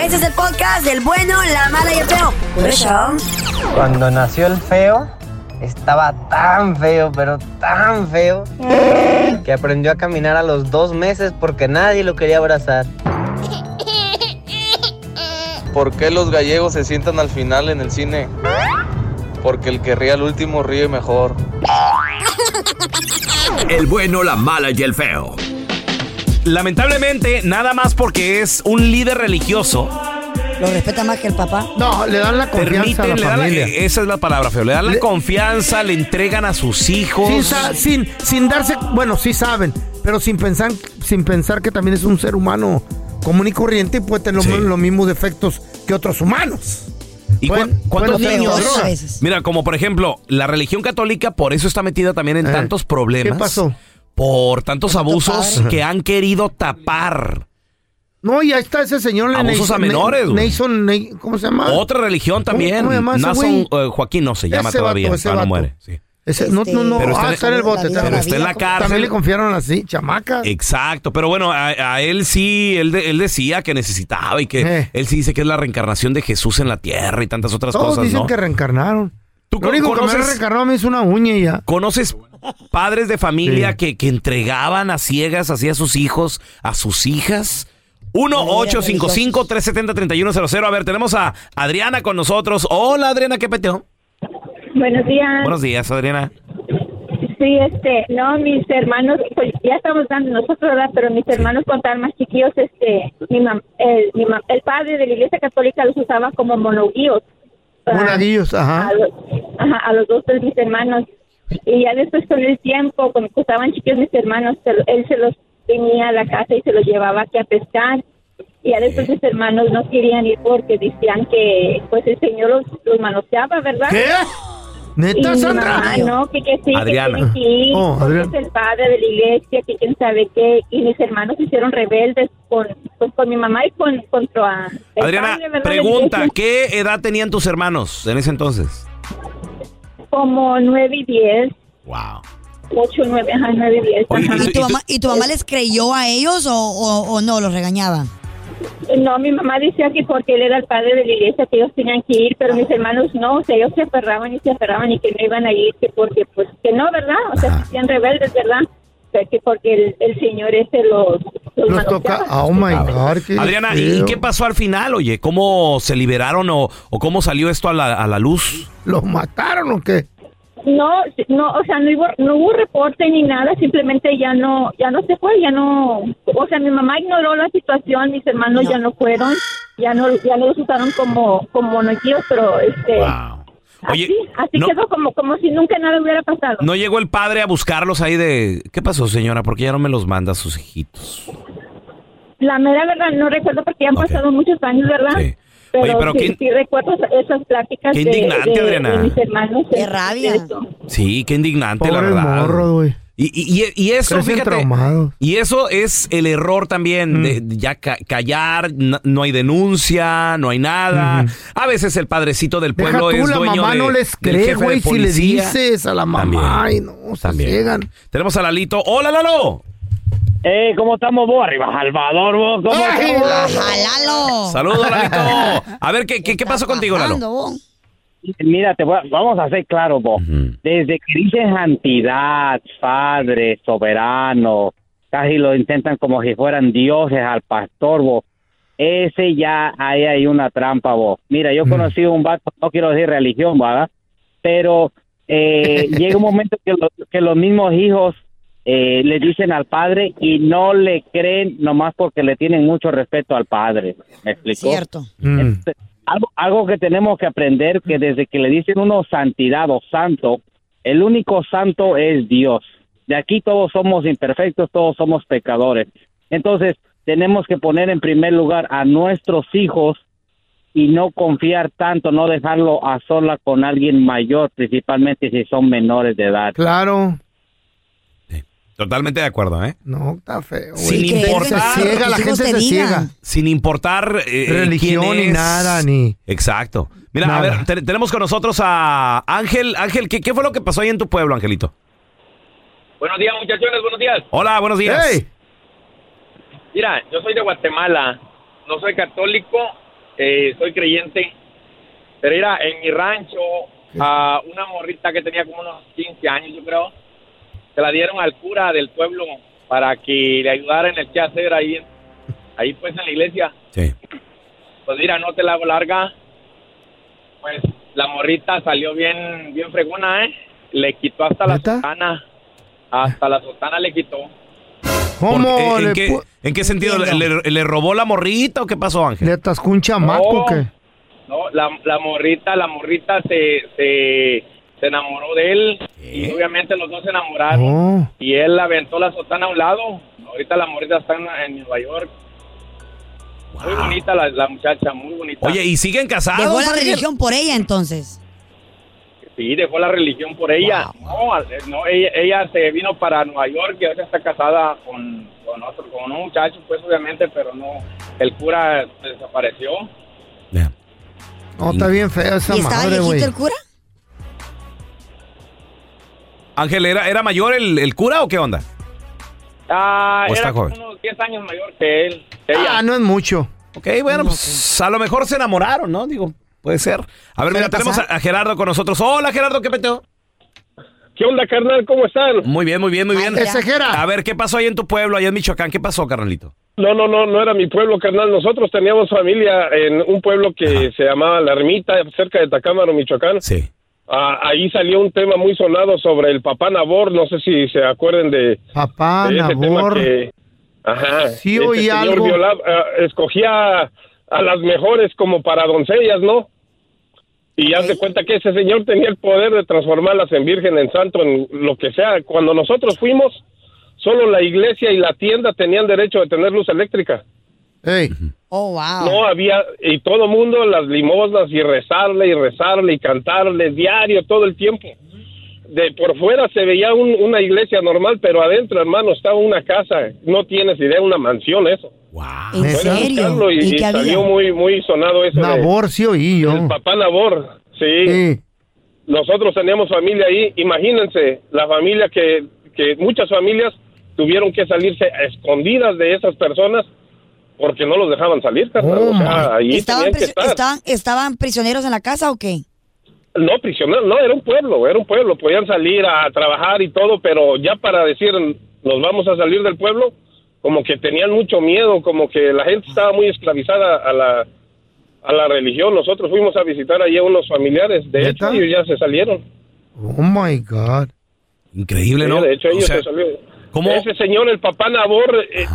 S5: Este es el podcast del bueno, la mala y el feo. Por eso.
S19: Cuando nació el feo, estaba tan feo, pero tan feo, que aprendió a caminar a los dos meses porque nadie lo quería abrazar.
S20: ¿Por qué los gallegos se sientan al final en el cine? Porque el que ríe al último ríe mejor.
S18: El bueno, la mala y el feo.
S2: Lamentablemente, nada más porque es un líder religioso.
S4: Lo respeta más que el papá.
S3: No, le dan la confianza
S2: Permiten,
S3: a
S2: le
S3: la
S2: dan la- eh,
S3: familia.
S2: esa es la palabra, feo. Le dan la confianza, le entregan a sus hijos.
S3: Sin, sa- sin, sin darse, bueno, sí saben, pero sin pensar, sin pensar que también es un ser humano común y corriente y puede tener los, los mismos defectos que otros humanos.
S2: ¿Y
S3: Pueden-
S2: cuán- cuántos
S3: pueden
S2: niños?
S3: hacer drogas.
S2: Mira, como por ejemplo, la religión católica por eso está metida también en
S3: Eh,
S2: tantos problemas.
S3: ¿qué pasó?
S2: Por tantos abusos
S3: padre.
S2: que han querido tapar.
S3: No, y ahí está ese señor.
S2: Abusos a
S3: Ne-
S2: menores, güey.
S3: Nason, Ne- ¿cómo se llama?
S2: Otra religión también.
S3: cómo se llama ese
S2: Nason,
S3: güey?
S2: eh, Joaquín no se llama
S3: Ese vato,
S2: todavía,
S3: ese
S2: todavía no
S3: vato.
S2: muere. sí.
S3: Ese- no,
S4: Este,
S3: no, no,
S2: Pero
S3: ah,
S2: está en-
S3: está en el bote.
S2: pero
S3: en el
S2: está en la
S3: bote.
S2: cárcel.
S3: También le confiaron así, chamaca.
S2: Exacto, pero bueno, a, a él sí, él, de- él decía que necesitaba y que él sí dice que es la reencarnación de Jesús en la tierra y tantas otras
S3: Eh. Todos
S2: cosas,
S3: dicen
S2: ¿no?
S3: que reencarnaron.
S2: ¿Tú
S3: Lo único que me
S2: conoces-
S3: reencarnó a mí es una uña y ya.
S2: ¿Conoces padres de familia que, que entregaban a ciegas así a sus hijos, a sus hijas? 1-855-370-3100. A ver, tenemos a Adriana con nosotros. Hola, Adriana, ¿qué peteo?
S6: Buenos días.
S2: Buenos días, Adriana.
S6: Sí, este, no, mis hermanos, pues ya estamos dando nosotros, ¿verdad? Pero mis hermanos con tal más chiquillos, este, mi mam- el, mi mam- el padre de la iglesia católica los usaba como monoguíos. para-
S3: Monaguillos, ajá.
S6: A los, ajá, a los dos de mis hermanos. Y ya después con el tiempo, cuando estaban chiquillos mis hermanos, se lo- él se los tenía a la casa y se los llevaba aquí a pescar. Y ya después mis hermanos no querían ir porque decían que pues el señor los, los manoseaba, ¿verdad?
S3: ¿Neta,
S6: Y mi
S3: Sandra?
S6: mamá, no, que, que sí,
S3: Adriana.
S6: que tienen que ir,
S3: Oh,
S6: porque
S3: Adriana.
S6: es el padre de la iglesia, que quién sabe qué, y mis hermanos se hicieron rebeldes con, pues, con mi mamá y con, contra el
S2: Adriana,
S6: padre, ¿verdad?
S2: pregunta, ¿qué edad tenían tus hermanos en ese entonces?
S6: Como nueve y diez,
S2: Wow.
S6: ocho, nueve, ajá, Eh. nueve y diez.
S2: Oye,
S6: ajá.
S2: ¿y tú-
S4: ¿Y tu mamá, y tu mamá les creyó a ellos o, o- o no? ¿Los regañaba?
S6: No, mi mamá decía que porque él era el padre de la iglesia que ellos tenían que ir, pero mis hermanos no, o sea, ellos se aferraban y se aferraban y que no iban a ir, que porque, pues, que no, ¿verdad? O sea, se hacían rebeldes, ¿verdad? Pero que porque el, el señor ese los... los manoseaba.
S3: Oh my God. qué
S2: Adriana, ¿y
S3: feo.
S2: qué pasó al final, oye? ¿Cómo se liberaron o, o cómo salió esto a la, a la luz?
S3: ¿Los mataron o qué?
S6: No, no, o sea, no hubo, no hubo reporte ni nada, simplemente ya no, ya no se fue, ya no, o sea, mi mamá ignoró la situación, mis hermanos ya no fueron, ya no, ya no los usaron como, como noquillos, pero este,
S2: Oye,
S6: así, así
S2: no-
S6: quedó como, como si nunca nada hubiera pasado.
S2: No llegó el padre a buscarlos ahí de... ¿Qué pasó, señora? ¿Por qué ya no me los manda sus hijitos?
S6: La mera verdad no recuerdo porque ya han pasado muchos años, ¿verdad? Pero,
S2: Oye, pero
S6: sí,
S2: qué-
S6: sí recuerdo esas pláticas
S2: qué
S6: de-
S2: indignante,
S6: de, de
S2: Adriana.
S6: mis hermanos. este, Qué
S4: rabia.
S2: Sí, qué indignante, la
S3: Pobre
S2: verdad.
S3: morro, güey.
S2: Y, y- y- y eso,
S3: Crecen
S2: fíjate.
S3: traumados. Mm.
S2: Y eso es el error también, de ya ca- callar, no, no hay denuncia, no hay nada. A veces el padrecito del
S3: Deja
S2: pueblo
S3: tú,
S2: es
S3: la
S2: dueño
S3: mamá
S2: de-
S3: no les
S2: del
S3: cree,
S2: jefe de
S3: güey, si le
S2: policía.
S3: dices a la mamá. Ay, no, se
S2: También.
S3: ciegan.
S2: Tenemos a Lalito. ¡Hola, Lalo!
S21: ¡Eh, cómo estamos vos arriba, Salvador, vos! ¿Cómo estamos?
S4: ¡Jalalo!
S2: Saludos, Lalito. A ver, ¿qué, qué, qué pasó contigo, Lalo?
S21: Mira, te voy a- vamos a ser claros, vos. Desde que dicen santidad, padre, soberano, casi lo intentan como si fueran dioses al pastor, vos. Ese ya, ahí hay una trampa, vos. Mira, yo conocí un vato, no quiero decir religión, ¿verdad? Pero eh, llega un momento que, lo- que los mismos hijos eh, le dicen al padre y no le creen nomás porque le tienen mucho respeto al padre. ¿Me explicó?
S4: Cierto.
S3: Mm.
S21: algo, algo que tenemos que aprender que desde que le dicen uno santidad o santo, el único santo es Dios. De aquí todos somos imperfectos, todos somos pecadores. Entonces, tenemos que poner en primer lugar a nuestros hijos y no confiar tanto, no dejarlo a sola con alguien mayor, principalmente si son menores de edad.
S3: Claro.
S2: Totalmente de acuerdo, ¿eh?
S3: No, está feo. güey.
S2: Sin importar.
S3: Se ciega, la gente se ciega.
S2: Sin importar. eh,
S3: Religión
S2: quién
S3: ni
S2: es.
S3: nada, ni-
S2: Exacto. Mira, a ver, te- tenemos con nosotros a Ángel. Ángel, ¿qué, ¿qué fue lo que pasó ahí en tu pueblo, Angelito?
S22: Buenos días, muchachones, buenos días.
S2: Hola, buenos días.
S22: Mira, yo soy de Guatemala, no soy católico, eh, soy creyente, pero mira, en mi rancho, a una morrita que tenía como unos 15 años, yo creo, se la dieron al cura del pueblo para que le ayudara en el quehacer ahí, en- ahí pues en la iglesia. Pues mira, no te la hago larga, pues la morrita salió bien, bien fregona, ¿eh? Le quitó hasta la sotana, hasta la sotana le quitó.
S3: ¿Cómo?
S2: ¿En,
S3: le,
S2: qué,
S3: pu-
S2: en qué sentido? ¿Le, le- le robó la morrita o qué pasó, Ángel?
S3: le atascó un chamaco
S22: No.
S3: o qué?
S22: No, la, la morrita, la morrita se, se, se enamoró de él
S2: ¿Eh?
S22: y obviamente los dos se enamoraron
S3: Oh.
S22: y él aventó la sotana a un lado. Ahorita la morrita está en, en Nueva York. Muy bonita la, la muchacha, muy bonita.
S2: Oye, ¿y siguen casados?
S4: Dejó la religión por ella entonces.
S22: Sí, dejó la religión por ella. No, al- no, ella, ella se vino para Nueva York y ahora está casada con, con otro, con un muchacho, pues obviamente, pero no, el cura desapareció.
S3: No, está bien fea esa
S4: ¿Y estaba
S3: madre,
S4: viejito
S3: güey.
S4: el cura?
S2: Ángel, ¿era, era mayor el, el cura o qué onda?
S22: Ah,
S2: ¿O está
S22: era como
S2: joven?
S22: unos 10 años mayor que él. que ella.
S3: Ah, no es mucho.
S2: Ok, bueno, pues a lo mejor se enamoraron, ¿no? Digo, puede ser. A ver, mira, tenemos a, a Gerardo con nosotros. Hola, Gerardo, ¿qué peteo?
S23: ¿Qué onda, carnal? ¿Cómo están?
S2: Muy bien, muy bien, muy bien.
S23: mira. Ese Gera.
S2: A ver, ¿qué pasó ahí en tu pueblo, allá en Michoacán? ¿Qué pasó, carnalito?
S23: No, no, no, no era mi pueblo, carnal. Nosotros teníamos familia en un pueblo que se llamaba La Ermita, cerca de Tacámaro, Michoacán. Ah,
S2: Sí.
S23: ahí salió un tema muy sonado sobre el papá Nabor. No sé si se acuerden de,
S3: Papá,
S23: de ese tema
S3: Nabor.
S23: que... Ajá.
S3: Sí,
S23: Ese
S3: oí
S23: señor
S3: algo.
S23: violaba- ah, escogía a las mejores como para doncellas, ¿no? Y haz de cuenta que ese señor tenía el poder de transformarlas en virgen, en santo, en lo que sea. Cuando nosotros fuimos, solo la iglesia y la tienda tenían derecho de tener luz eléctrica.
S4: Oh, wow.
S23: No había, y todo mundo las limosnas y rezarle y rezarle y cantarle diario, todo el tiempo. De por fuera se veía un- una iglesia normal, pero adentro, hermano, estaba una casa. No tienes idea, una mansión, eso.
S2: Ah.
S4: ¿En
S23: Puedes buscarlo
S4: serio?
S23: Y,
S4: ¿Y
S23: y
S4: qué había?
S23: salió muy, muy sonado eso. de-
S3: Nabor, sí oí yo.
S23: el papá Labor, sí. Nosotros teníamos familia ahí. Imagínense, la familia que, que muchas familias tuvieron que salirse a escondidas de esas personas porque no los dejaban salir, carnal. o sea, ahí
S4: ¿Estaban,
S23: tenían que
S4: prisi-
S23: estar.
S4: estaban, estaban prisioneros en la casa o qué?
S23: No, prisioneros, no, era un pueblo, era un pueblo. Podían salir a trabajar y todo, pero ya para decir nos vamos a salir del pueblo, como que tenían mucho miedo, como que la gente estaba muy esclavizada a la, a la religión. Nosotros fuimos a visitar allí a unos familiares, de hecho, ellos ya se salieron.
S3: Oh my God.
S2: Increíble,
S23: Sí,
S2: ¿no?
S23: De hecho,
S2: O
S23: ellos
S2: sea,
S23: se salieron. Ese señor, el papá Nabor, eh,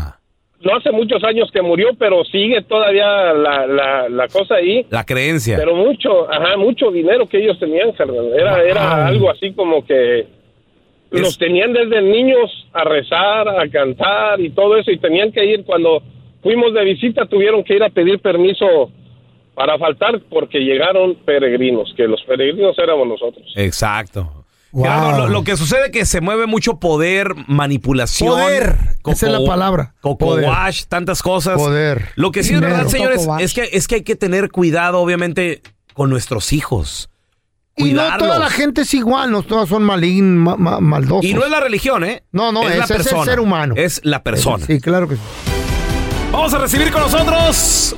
S23: no hace muchos años que murió, pero sigue todavía la, la, la cosa ahí.
S2: La creencia.
S23: Pero mucho, ajá, mucho dinero que ellos tenían, carnal. Era, era algo así como que los tenían desde niños a rezar, a cantar y todo eso, y tenían que ir cuando fuimos de visita, tuvieron que ir a pedir permiso para faltar porque llegaron peregrinos, que los peregrinos éramos nosotros.
S2: Exacto. Gerardo, lo, lo que sucede es que se mueve mucho poder, manipulación.
S3: Poder.
S2: coco-
S3: Esa es la palabra.
S2: Coco
S3: Poder.
S2: wash, tantas cosas.
S3: Poder.
S2: Lo que sí
S3: Dinero.
S2: es verdad, señores,
S3: Coco wash.
S2: es que, es que hay que tener cuidado, obviamente, con nuestros hijos.
S3: Y no toda la
S2: Cuidarlos.
S3: gente es igual, no todas son malign, ma- ma- maldosos.
S2: Y no es la religión, ¿eh?
S3: No, no,
S2: es,
S3: ese
S2: la
S3: es el
S2: persona.
S3: ser humano.
S2: Es la persona.
S3: Sí, claro que sí.
S2: Vamos a recibir con nosotros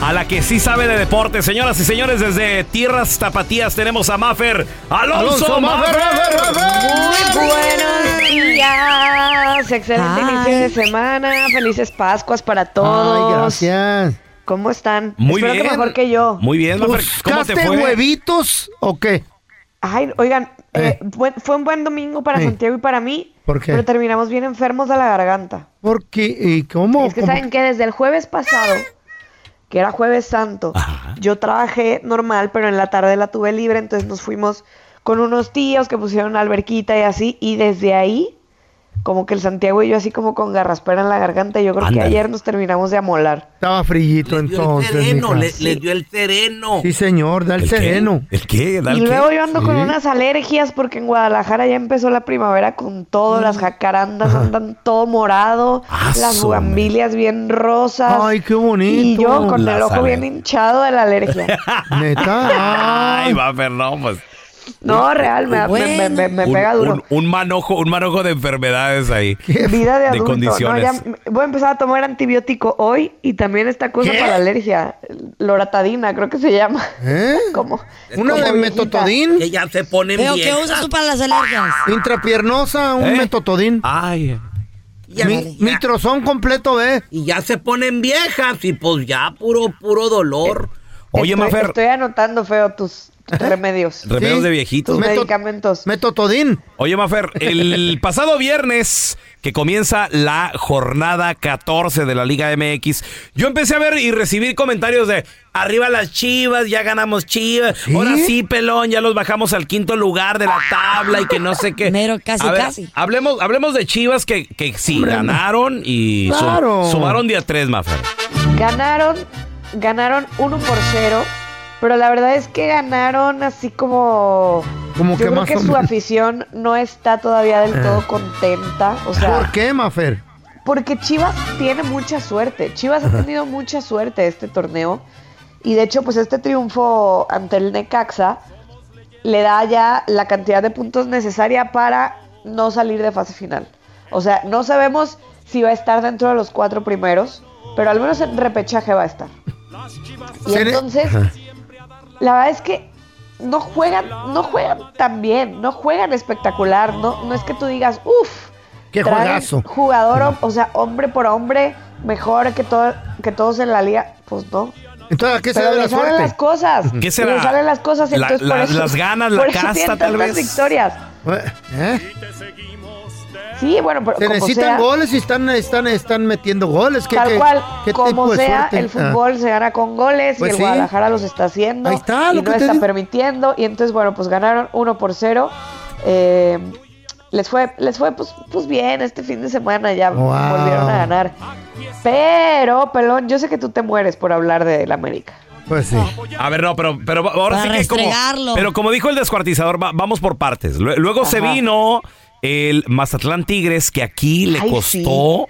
S2: a la que sí sabe de deporte. Señoras y señores, desde Tierras Tapatías tenemos a Maffer. Alonso,
S3: Alonso Maffer,
S2: Maffer.
S10: Muy buenos días, excelente
S3: Ay.
S10: inicio de semana, felices Pascuas para todos.
S3: gracias.
S10: ¿Cómo están?
S3: Muy
S10: Espero
S3: bien.
S10: que mejor que yo.
S3: Muy bien, Mafer, ¿cómo te ¿Buscaste fue? huevitos o qué?
S10: Ay, oigan, eh, buen- fue un buen domingo para
S3: Eh.
S10: Santiago y para mí,
S3: ¿Por qué?
S10: pero terminamos bien enfermos de la garganta.
S3: ¿Por qué? ¿Y cómo?
S10: Es que
S3: ¿Cómo?
S10: saben que desde el jueves pasado, que era jueves santo, yo trabajé normal, pero en la tarde la tuve libre, entonces nos fuimos con unos tíos que pusieron una alberquita y así, y desde ahí, como que el Santiago y yo así como con garraspera en la garganta, yo creo
S3: Ándale.
S10: que ayer nos terminamos de amolar.
S3: Estaba frillito entonces. mija.
S10: dio el sereno.
S3: Sí, señor, da el,
S10: ¿El qué?
S3: sereno.
S2: ¿El qué?
S10: Y luego yo ando con unas alergias porque en Guadalajara ya empezó la primavera con todo,
S3: Mm.
S10: las jacarandas andan todo morado, las
S3: su
S10: bugambilias bien rosas.
S3: Ay, qué bonito.
S10: Y yo con el
S2: Las
S10: ojo bien
S2: aler-
S10: hinchado de la alergia.
S3: Neta.
S2: Ay, Maffer, no, pues.
S10: No, real, me, me- me- me- me
S2: Un-
S10: pega duro.
S2: Un, un manojo, un manojo de enfermedades ahí.
S10: Vida de adulto. no,
S2: condiciones.
S10: ya me- voy a empezar a tomar antibiótico hoy y también esta cosa
S3: ¿Qué?
S10: para la alergia, loratadina, creo que se llama.
S3: ¿Eh?
S10: ¿Cómo?
S3: ¿Una de metotodín?
S10: Que ya se pone
S3: Veo que viejas. usas tú
S10: para las alergias?
S3: Intrapiernosa, un
S10: ¿Eh?
S3: metotodín.
S2: Ay.
S3: Mi, mitrozón completo, ¿eh? ¿ve?
S24: Y ya se ponen viejas y pues ya puro, puro dolor.
S10: Oye, estoy, Estoy anotando, feo, tus
S3: ¿Eh?
S10: tus remedios.
S2: Remedios de viejitos.
S10: este, Tus medicamentos.
S3: Metotodín.
S2: Oye, Mafer, el pasado viernes que comienza la jornada 14 de la Liga MX, yo empecé a ver y recibir comentarios de arriba las chivas, ya ganamos chivas, ahora sí, pelón, ya los bajamos al quinto lugar de la tabla y que no sé qué. Pero
S10: casi, casi.
S2: Hablemos, hablemos de chivas que, que sí ganaron y sum-
S10: Claro.
S2: sumaron día 3, Mafer.
S10: Ganaron, ganaron 1 por 0, pero la verdad es que ganaron así como...
S3: Como
S10: yo
S3: que
S10: creo
S3: más
S10: que
S3: o
S10: su
S3: menos.
S10: afición no está todavía del
S3: Ah.
S10: todo contenta. O sea,
S3: ¿Por qué, Mafer?
S10: Porque Chivas tiene mucha suerte. Chivas ha
S3: Ajá.
S10: tenido mucha suerte este torneo. Y de hecho, pues este triunfo ante el Necaxa le da ya la cantidad de puntos necesaria para no salir de fase final. O sea, no sabemos si va a estar dentro de los cuatro primeros, pero al menos en repechaje va a estar. Y
S3: Se le-
S10: entonces,
S3: Ajá.
S10: la verdad es que no juegan, no juegan tan bien, no juegan espectacular, no, no es que tú digas, uff,
S3: Qué juegazo.
S10: Jugador, o- o sea, hombre por hombre, mejor que, todo, que todos en la liga, pues no.
S3: Entonces, ¿a qué se
S10: Pero
S3: debe
S10: le
S3: la
S10: salen
S3: suerte?
S10: las cosas.
S3: ¿Qué
S10: le
S3: será?
S10: salen las cosas,
S3: La-
S10: entonces por
S3: la-
S10: eso-
S3: las ganas, la
S10: por eso
S3: casta,
S10: tienen
S3: tal
S10: tantas
S3: vez.
S10: victorias.
S3: ¿Eh?
S10: Sí, bueno, pero
S3: Se
S10: como
S3: necesitan
S10: sea-
S3: goles y están, están, están metiendo goles. ¿Qué,
S10: Tal
S3: qué-
S10: cual,
S3: qué tipo
S10: como
S3: de
S10: sea,
S3: suerte? Ah.
S10: el fútbol se gana con goles
S3: Pues
S10: y el
S3: sí.
S10: Guadalajara los está haciendo
S3: Ahí está,
S10: y
S3: lo
S10: no
S3: que te
S10: está
S3: digo.
S10: permitiendo. Y entonces, bueno, pues ganaron 1 por 0. les fue, les fue pues, pues bien este fin de semana, ya
S3: Wow.
S10: volvieron a ganar. Pero, Pelón, yo sé que tú te mueres por hablar del América.
S3: Ah, Pues sí.
S2: A ver, no, pero, pero ahora
S10: Para
S2: sí que como,
S10: restregarlo.
S2: pero como dijo el descuartizador, va- vamos por partes. Lue- Luego se
S10: Ajá.
S2: vino el Mazatlán Tigres, que aquí le
S10: Ay,
S2: costó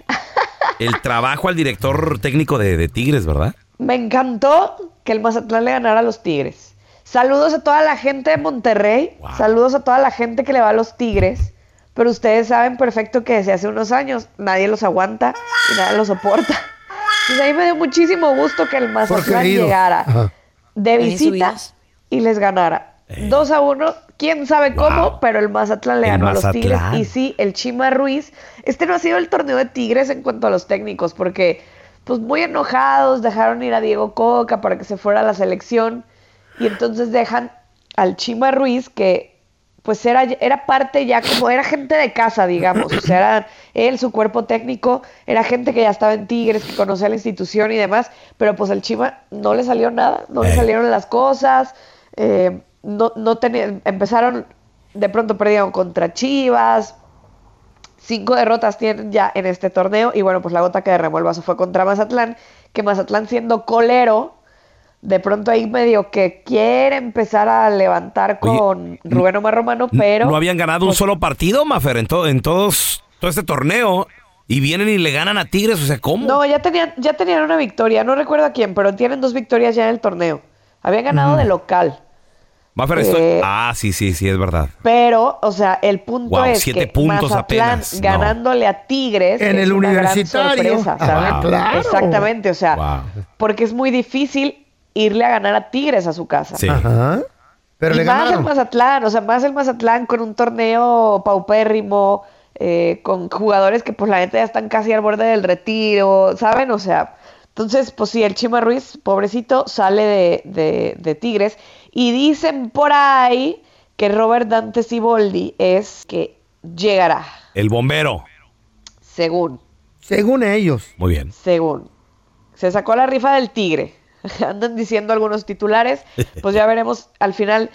S2: el trabajo al director técnico de, de Tigres, ¿verdad?
S10: Me encantó que el Mazatlán le ganara a los Tigres. Saludos a toda la gente de Monterrey, saludos a toda la gente que le va a los Tigres, pero ustedes saben perfecto que desde hace unos años nadie los aguanta y nadie los soporta. Entonces, a mí me dio muchísimo gusto que el Mazatlán
S9: querido.
S10: llegara
S9: Ajá.
S10: de
S9: Ahí
S10: visita y les ganara. 2 a 1, quién sabe cómo, pero el Mazatlán le
S9: Eh. El
S10: ganó a los
S9: Mazatlán.
S10: Tigres. Y sí, el Chima Ruiz. Este no ha sido el torneo de Tigres en cuanto a los técnicos, porque pues muy enojados dejaron ir a Diego Coca para que se fuera a la selección. Y entonces dejan al Chima Ruiz, que pues era, era parte ya como, era gente de casa, digamos, o sea, era él, su cuerpo técnico, era gente que ya estaba en Tigres, que conocía la institución y demás, pero pues al Chima no le salió nada, no le salieron las cosas, eh, no, no tenía- empezaron, de pronto perdieron contra Chivas, cinco derrotas tienen ya en este torneo, y bueno, pues la gota que derramó el vaso fue contra Mazatlán, que Mazatlán siendo colero, de pronto ahí medio que quiere empezar a levantar con Rubén Omar Romano, pero... pues
S2: No habían ganado un solo partido, Mafer, en, to- en todos, todo este torneo. Y vienen y le ganan a Tigres, o sea, ¿cómo?
S10: No, ya tenían, ya tenían una victoria, no recuerdo a quién, pero tienen dos victorias ya en el torneo. Habían ganado
S2: Ujú.
S10: de local,
S2: Mafer, estoy... Ah, sí, sí, sí, es verdad.
S10: pero, o sea, el punto
S2: Guau,
S10: es
S2: siete
S10: que
S2: puntos
S10: Mazatlán
S2: apenas, no.
S10: ganándole a Tigres
S3: En
S10: es
S3: el
S10: una gran
S3: universitario.
S10: sorpresa, ¿saben?
S3: Ah, claro.
S10: Exactamente, o sea, porque es muy difícil irle a ganar a Tigres a su casa.
S3: Ajá. Pero
S10: y
S3: le
S10: más
S3: ganaron.
S10: el Mazatlán, o sea, más el Mazatlán con un torneo paupérrimo, eh, con jugadores que pues la neta ya están casi al borde del retiro, ¿saben? O sea, entonces, pues sí, el Chima Ruiz, pobrecito, sale de, de- de Tigres. Y dicen por ahí que Robert Dante Siboldi es que llegará,
S2: El bombero.
S10: según,
S3: Según ellos.
S2: Muy bien.
S10: según. Se sacó la rifa del Tigre. Andan diciendo algunos titulares. Pues ya veremos al final.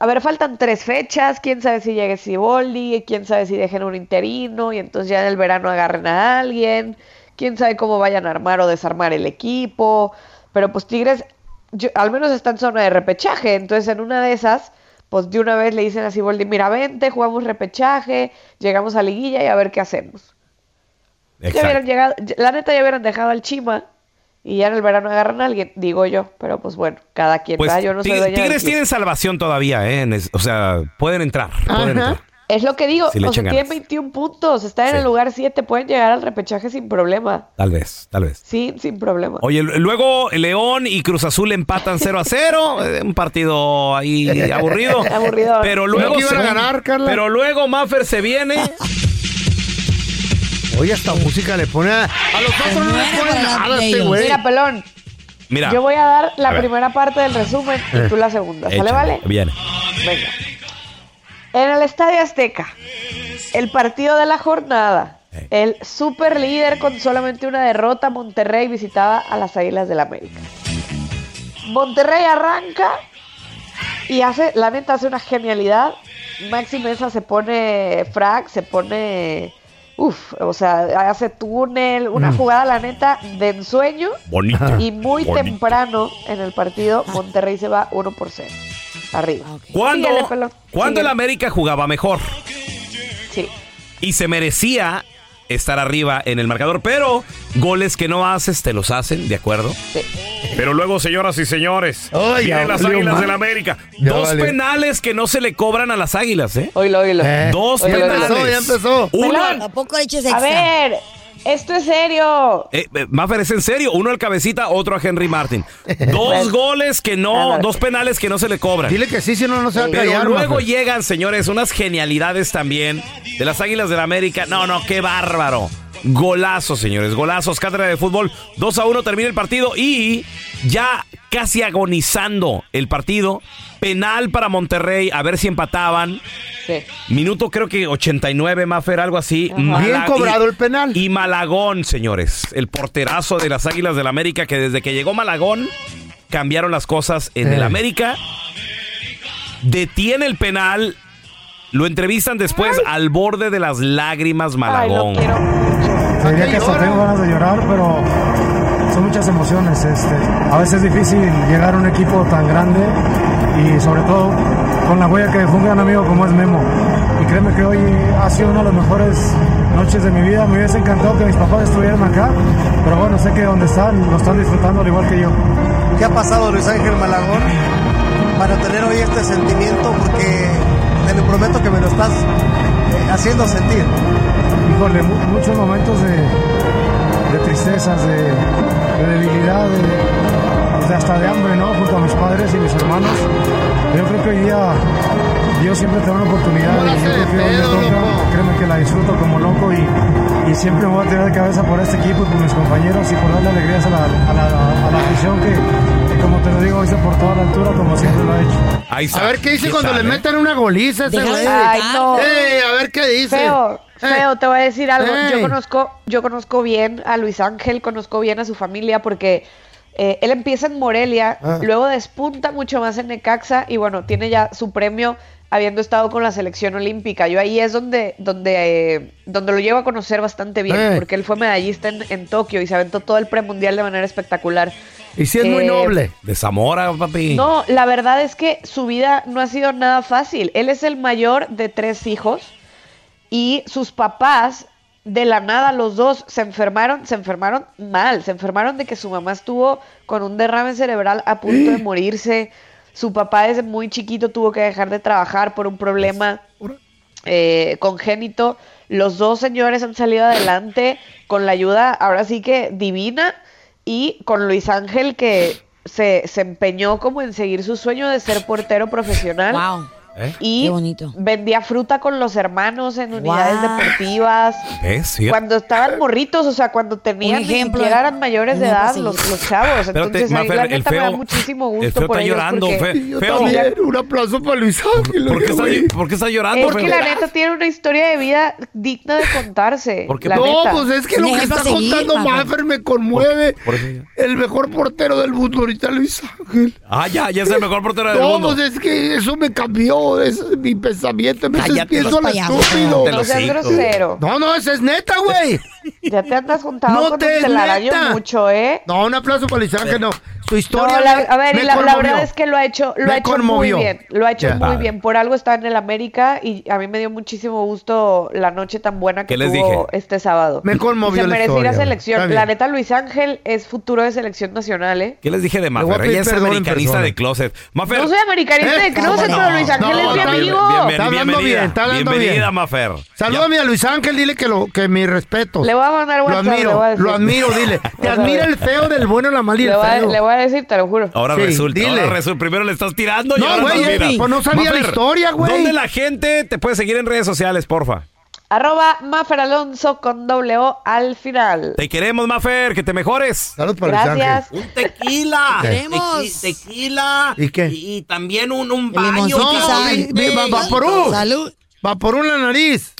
S10: A ver, faltan tres fechas. Quién sabe si llegue Siboldi. Quién sabe si dejen un interino. Y entonces ya en el verano agarren a alguien. Quién sabe cómo vayan a armar o desarmar el equipo. Pero pues Tigres, yo- al menos está en zona de repechaje. Entonces en una de esas, pues de una vez le dicen a Siboldi: Mira, vente, jugamos repechaje. Llegamos a Liguilla y a ver qué hacemos. Ya hubieran llegado, ya- la neta ya hubieran dejado al Chima y ya en el verano agarran a alguien, digo yo, pero pues bueno, cada quien,
S2: Pues
S10: ¿verdad? yo no soy
S2: Tig-
S10: dueña del
S2: Tigres
S10: club.
S2: tienen salvación todavía, ¿eh? En es- O sea, pueden entrar. pueden
S10: Ajá.
S2: entrar.
S10: Es lo que digo,
S2: Si le
S10: o sea,
S2: echan
S10: tienen
S2: ganas.
S10: 21 puntos, están en el lugar 7, pueden llegar al repechaje sin problema,
S2: Tal vez, tal vez.
S10: sí, sin problema.
S2: Oye, l- luego León y Cruz Azul empatan 0 a 0. eh, Un partido ahí aburrido.
S10: Aburrido.
S2: Pero luego.
S3: ¿No que iban a
S2: se-
S3: ganar, Carla?
S2: Pero luego Maffer se viene.
S3: Oye, esta música le pone a... a los otros no les pone nada a este güey.
S10: Mira, pelón,
S2: Mira.
S10: yo voy a dar la
S2: A ver.
S10: primera parte del resumen y
S2: Eh.
S10: tú la segunda, ¿sale
S2: Échale,
S10: vale?
S2: Viene.
S10: Venga. En el Estadio Azteca, el partido de la jornada, el super líder con solamente una derrota, Monterrey visitaba a las Águilas del América. Monterrey arranca y hace, la neta hace una genialidad. Maxi Mesa se pone frag, se pone, uff, o sea, hace túnel, una
S9: Mm.
S10: jugada, la neta, de ensueño.
S9: Bonita.
S10: Y muy
S9: Bonita.
S10: temprano en el partido, Monterrey se va 1 por 0. Arriba.
S2: ¿Cuándo,
S10: Síguele, pelón.
S2: cuándo el
S10: Síguele.
S2: América jugaba mejor?
S10: Sí.
S2: Y se merecía estar arriba en el marcador, pero goles que no haces te los hacen, ¿de acuerdo? Pero luego, señoras y señores,
S9: Ay,
S2: vienen
S9: ya
S2: las
S9: valió
S2: Águilas
S9: mal.
S2: del América.
S9: Ya
S2: Dos
S9: valió.
S2: penales que no se le cobran a las Águilas, ¿eh?
S10: Oílo, oílo.
S2: Dos
S9: Oílo, oílo.
S2: penales.
S9: Ya empezó,
S2: Uno
S10: Pelón,
S2: al-
S10: Tampoco le eches extra. A ver, esto es serio.
S2: Eh, eh, Maffer, es en serio. Uno al cabecita, otro a Henry Martin. Dos
S3: Bueno.
S2: goles que no, dos penales que no se le cobran.
S3: Dile que sí, si no, no se va a
S2: Pero
S3: callar.
S2: luego
S3: Mafer.
S2: llegan, señores, unas genialidades también de las Águilas del América. No, no, qué bárbaro. Golazos, señores, golazos, cátedra de fútbol. 2 a 1 termina el partido y ya casi agonizando el partido. Penal para Monterrey, a ver si empataban.
S10: Sí.
S2: Minuto creo que 89, Mafer, algo así.
S3: Ajá. Bien cobrado
S2: el penal. Y Malagón, señores, el porterazo de las Águilas del América, que desde que llegó Malagón cambiaron las cosas en
S3: Eh.
S2: el América. Detiene el penal. Lo entrevistan después al borde de las lágrimas Malagón.
S8: Diría que hasta tengo ganas de llorar, pero son muchas emociones. Este, a veces es difícil llegar a un equipo tan grande y sobre todo con la huella que dejó un gran amigo como es Memo. Y créeme que hoy ha sido una de las mejores noches de mi vida. Me hubiese encantado que mis papás estuvieran acá, pero bueno, sé que donde están lo están disfrutando al igual que yo.
S13: ¿Qué ha pasado Luis Ángel Malagón para tener hoy este sentimiento? Porque te lo prometo que me lo estás eh, haciendo sentir.
S8: Híjole, mu- muchos momentos de, de tristezas, de, de debilidad, de, de hasta de hambre, ¿no? Junto a mis padres y mis hermanos. Yo creo que hoy día Dios siempre te da una oportunidad. y yo creo que hoy me toca, créeme que la disfruto como loco y, y siempre me voy a tirar de cabeza por este equipo y por mis compañeros y por darle alegrías a la, a la- a la afición que, que, como te lo digo, hoy se portó a la altura como siempre lo ha hecho.
S2: Ahí
S3: A ver qué eh? dice cuando le meten una goliza a ese
S8: Déjalo
S3: güey.
S10: Ay, no.
S3: Ey, a ver qué dice. Eh.
S10: Feo, feo, te voy a decir algo. Yo
S3: Ey.
S10: conozco, yo conozco bien a Luis Ángel, conozco bien a su familia porque eh, él empieza en Morelia,
S9: Ah.
S10: luego despunta mucho más en Necaxa y bueno, tiene ya su premio habiendo estado con la selección olímpica. Yo ahí es donde, donde, eh, donde lo llevo a conocer bastante bien,
S3: Ey.
S10: porque él fue medallista en, en Tokio y se aventó todo el premundial de manera espectacular.
S3: Y si es muy
S10: Eh,
S3: noble.
S2: De Zamora, papi.
S10: no, la verdad es que su vida no ha sido nada fácil. Él es el mayor de tres hijos y sus papás de la nada los dos se enfermaron, se enfermaron mal, se enfermaron de que su mamá estuvo con un derrame cerebral a punto de morirse. Su papá desde muy chiquito tuvo que dejar de trabajar por un problema eh, congénito. Los dos señores han salido adelante con la ayuda, ahora sí que divina, y con Luis Ángel que se, se empeñó como en seguir su sueño de ser portero profesional.
S2: ¿Eh?
S10: Y
S4: Qué bonito.
S10: vendía fruta con los hermanos en unidades
S4: Guau.
S10: deportivas.
S2: ¿Ves? Eh, Sí.
S10: Cuando estaban morritos, o sea, cuando tenían
S4: Un
S10: ni
S4: ejemplo,
S10: siquiera
S4: ¿eh?
S10: eran mayores de
S4: No,
S10: edad
S4: pues, sí.
S10: los, los chavos.
S2: Espérate,
S10: Entonces, ahí
S2: Mafer,
S10: la
S2: el
S10: neta me da
S2: feo-
S10: muchísimo gusto
S2: el feo
S10: por
S2: está
S10: ellos
S2: llorando,
S10: porque-
S2: fe- Yo feo. también.
S3: Un aplauso para Luis Ángel.
S2: ¿Por qué, está, por qué está llorando,
S10: es que
S2: feo?
S10: la neta tiene una historia de vida digna de contarse.
S2: Porque-
S10: la
S3: no,
S10: neta.
S3: pues es que lo que está contando Maffer me conmueve.
S2: Por eso-
S3: El mejor portero del mundo ahorita, Luis Ángel.
S2: Ah, ya, ya es el mejor portero del
S3: No,
S2: mundo.
S3: pues es que eso me cambió, es mi pensamiento, me
S2: Cállate,
S3: pienso
S2: los
S3: al
S2: payasos.
S3: estúpido.
S2: Te lo No seas sigo. grosero.
S3: No, no, eso es neta, güey.
S10: Ya te andas juntando
S3: no
S10: con
S3: te
S10: tus
S3: es
S10: telaraños
S3: neta.
S10: mucho, ¿eh?
S3: No, un aplauso para Luis Ángel, no. Su historia.
S10: No, la-
S3: me-
S10: a ver,
S3: me
S10: y la, la
S3: conmovió.
S10: verdad es que lo ha hecho, lo
S3: Me
S10: ha hecho
S3: conmovió.
S10: muy bien. Lo ha hecho
S3: Ya.
S10: muy
S3: Vale.
S10: bien. Por algo está en el América y a mí me dio muchísimo gusto la noche tan buena que
S3: ¿Qué les
S10: tuvo
S3: dije?
S10: este sábado.
S3: Me conmovió
S10: Se
S3: la
S10: merece ir
S3: historia, güey.
S10: a
S3: Está
S10: selección.
S3: bien.
S10: La neta, Luis Ángel es futuro de selección nacional, ¿eh?
S2: ¿Qué les dije de
S3: voy a
S2: Mafer?
S3: pedir
S2: Ella es
S3: perdón en
S2: americanista
S3: persona.
S2: de closet. Mafer.
S10: No soy americanista de
S3: Eh,
S10: closet,
S3: no,
S10: pero Luis Ángel
S3: no,
S10: es mi
S3: está bien,
S10: amigo.
S2: Bienven-
S3: Está hablando
S2: bienvenida,
S3: bien, está hablando
S2: bienvenida,
S3: bien.
S2: Mafer.
S3: Salúdame a Luis Ángel, dile que, lo, que mi respeto.
S10: Le voy a mandar
S3: Lo
S10: WhatsApp, le voy a
S3: admiro,
S10: decir.
S3: lo admiro, dile. Te
S10: Vas a
S3: admira
S10: ver.
S3: el feo del bueno, la mala y el
S10: Le voy, a,
S3: feo.
S10: le voy a decir, te lo juro.
S2: Ahora
S3: Sí,
S2: resulta,
S3: dile.
S2: ahora resulta. Primero le estás tirando y
S3: No,
S2: ahora
S3: güey,
S2: estás
S3: eh,
S2: mira.
S3: pues no sabía la historia, güey.
S2: ¿Dónde la gente te puede seguir en redes sociales, porfa?
S10: Arroba Mafer Alonso con doble O al final.
S2: Te queremos, Mafer, que te mejores.
S3: Saludos
S10: Gracias.
S24: Tequila.
S2: Te
S24: Tequi- tequila.
S2: ¿Y qué?
S24: Y, y también un, un baño.
S3: No, vi- vi- va, va por un. Va por un la nariz.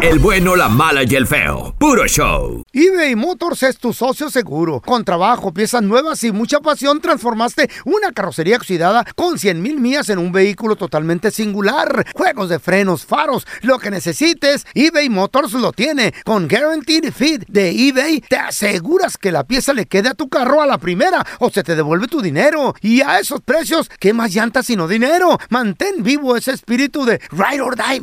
S12: El bueno, la mala y el feo. Puro show.
S3: eBay Motors es tu socio seguro. Con trabajo, piezas nuevas y mucha pasión, transformaste una carrocería oxidada con 100 mil millas en un vehículo totalmente singular. Juegos de frenos, faros, lo que necesites, eBay Motors lo tiene. Con Guaranteed Fit de eBay, te aseguras que la pieza le quede a tu carro a la primera o se te devuelve tu dinero. Y a esos precios, ¿qué más llantas sino dinero? Mantén vivo ese espíritu de Ride or Die,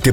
S18: ¿Te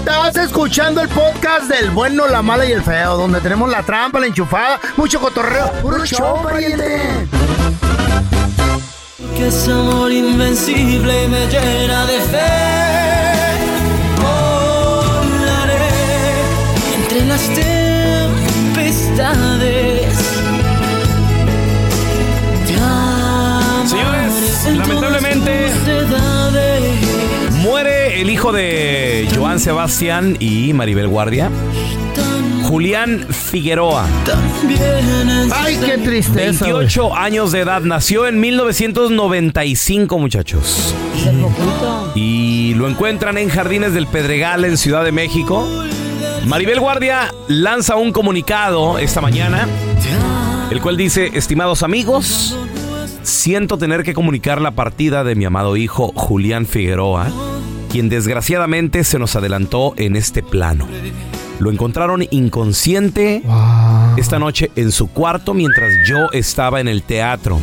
S3: Estás escuchando el podcast del bueno, la mala y el feo, donde tenemos la trampa, la enchufada, mucho cotorreo. ¡Puro show, pariente!
S9: Que ese amor invencible me llena de fe. Volaré entre las tempestades. Te amaré
S2: Señores,
S9: en
S2: lamentablemente-
S9: todas tus edades.
S2: Muere el hijo de Joan Sebastián y Maribel Guardia. Julián Figueroa.
S3: ¡Ay, qué tristeza!
S2: 28 años de edad, nació en 1995, muchachos. Y lo encuentran en Jardines del Pedregal en Ciudad de México. Maribel Guardia lanza un comunicado esta mañana, el cual dice, estimados amigos, siento tener que comunicar la partida de mi amado hijo Julián Figueroa, quien desgraciadamente se nos adelantó en este plano. Lo encontraron inconsciente esta noche en su cuarto mientras yo estaba en el teatro.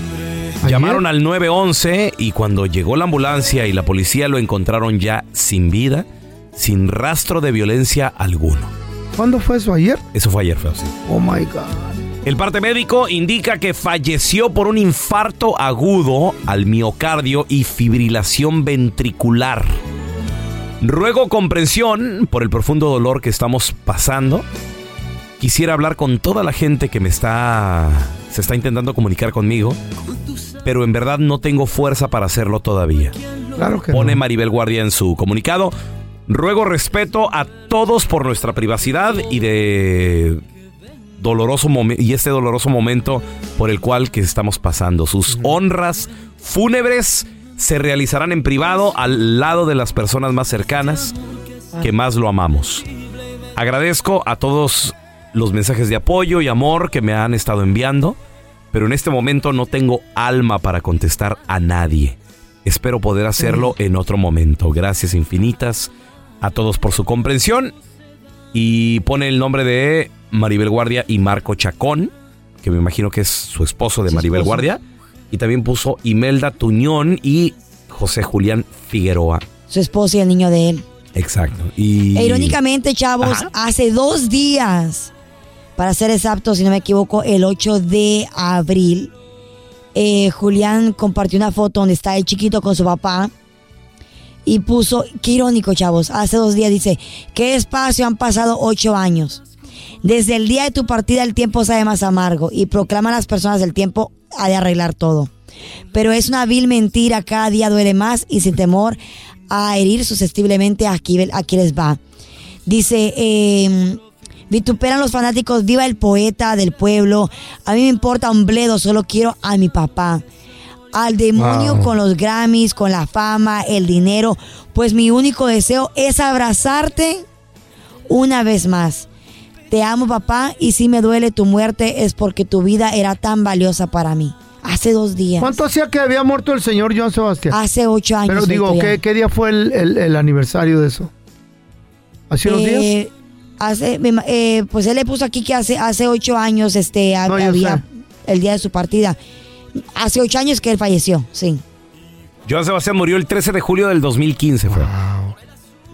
S2: Llamaron al 911 y cuando llegó la ambulancia y la policía lo encontraron ya sin vida, sin rastro de violencia alguno.
S3: ¿Cuándo fue eso? ¿Ayer?
S2: Eso fue ayer, feo, sí.
S3: Oh my God.
S2: El parte médico indica que falleció por un infarto agudo al miocardio y fibrilación ventricular. Ruego comprensión por el profundo dolor que estamos pasando. Quisiera hablar con toda la gente que me está se está intentando comunicar conmigo, pero en verdad no tengo fuerza para hacerlo todavía. Pone Maribel Guardia en su comunicado. Ruego respeto a todos por nuestra privacidad y de doloroso momen- y este doloroso momento por el cual que estamos pasando. Sus honras fúnebres se realizarán en privado al lado de las personas más cercanas que más lo amamos. Agradezco a todos los mensajes de apoyo y amor que me han estado enviando, pero en este momento no tengo alma para contestar a nadie. Espero poder hacerlo en otro momento. Gracias infinitas a todos por su comprensión y pone el nombre de Maribel Guardia y Marco Chacón, que me imagino que es su esposo de Maribel
S11: esposo.
S2: Guardia, y también puso Imelda Tuñón y José Julián Figueroa.
S4: Su esposa y el niño de él.
S2: Exacto. Y
S4: E irónicamente, chavos,
S2: Ajá.
S4: hace dos días, para ser exacto, si no me equivoco, el 8 de abril, eh, Julián compartió una foto donde está el chiquito con su papá y puso, qué irónico, chavos, hace dos días dice, qué espacio han pasado ocho años. Desde el día de tu partida el tiempo sabe más amargo y proclama a las personas el tiempo ha de arreglar todo. Pero es una vil mentira, cada día duele más y sin temor a herir susceptiblemente aquí, aquí les va. Dice, eh, vituperan los fanáticos, viva el poeta del pueblo, a mí me importa un bledo, solo quiero a mi papá. Al demonio
S14: Wow.
S4: con los Grammys, con la fama, el dinero, pues mi único deseo es abrazarte una vez más. Te amo papá y si me duele tu muerte es porque tu vida era tan valiosa para mí. Hace dos días.
S3: ¿Cuánto hacía que había muerto el señor John Sebastián?
S4: Hace ocho años.
S3: Pero digo,
S4: ahorita ya.
S3: ¿qué, qué día fue el, el- el aniversario de eso? ¿Hace unos
S4: Eh,
S3: días?
S4: hace- me ima- eh, pues él le puso aquí que hace, hace ocho años este, ha-
S3: No, yo
S4: había el día de su partida. Hace ocho años que él falleció, sí.
S2: Joan Sebastián murió el 13 de julio del 2015. Fue.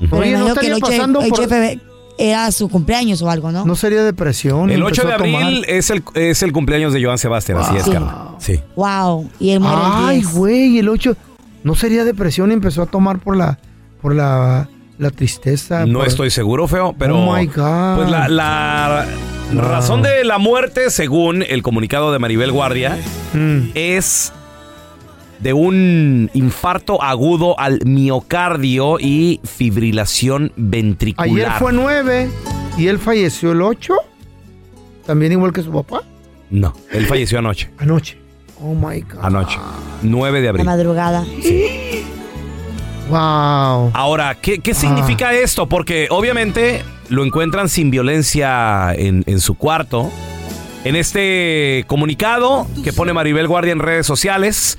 S4: Pero
S3: Oye, ¿no
S4: imagino que el
S3: estaría
S4: 8 de-
S3: pasando
S4: 8
S3: por-
S4: de febrero era su cumpleaños o algo, ¿no?
S3: No sería depresión.
S2: El
S3: empezó
S2: 8 de
S3: a tomar.
S2: abril es el, es el cumpleaños de Joan Sebastián, así es,
S3: Sí.
S2: Carla. Sí.
S4: Wow. Y él muere el
S3: Ay,
S4: 10.
S3: güey, el 8. ¿No sería depresión y empezó a tomar por la por la, la tristeza?
S2: No
S3: por-
S2: estoy seguro, feo, pero.
S3: Ah, Oh my God.
S2: Pues la, la razón de la muerte, según el comunicado de Maribel Guardia,
S3: Mm.
S2: es de un infarto agudo al miocardio y fibrilación ventricular.
S3: Ayer fue 9 y él falleció el 8. También igual que su papá.
S2: No, él falleció anoche.
S3: Anoche. Oh my God.
S2: Anoche. 9 de
S4: La
S2: abril.
S4: madrugada.
S3: Wow.
S2: Ahora, ¿qué, qué significa esto? Porque obviamente lo encuentran sin violencia en, en su cuarto. En este comunicado que pone Maribel Guardia en redes sociales,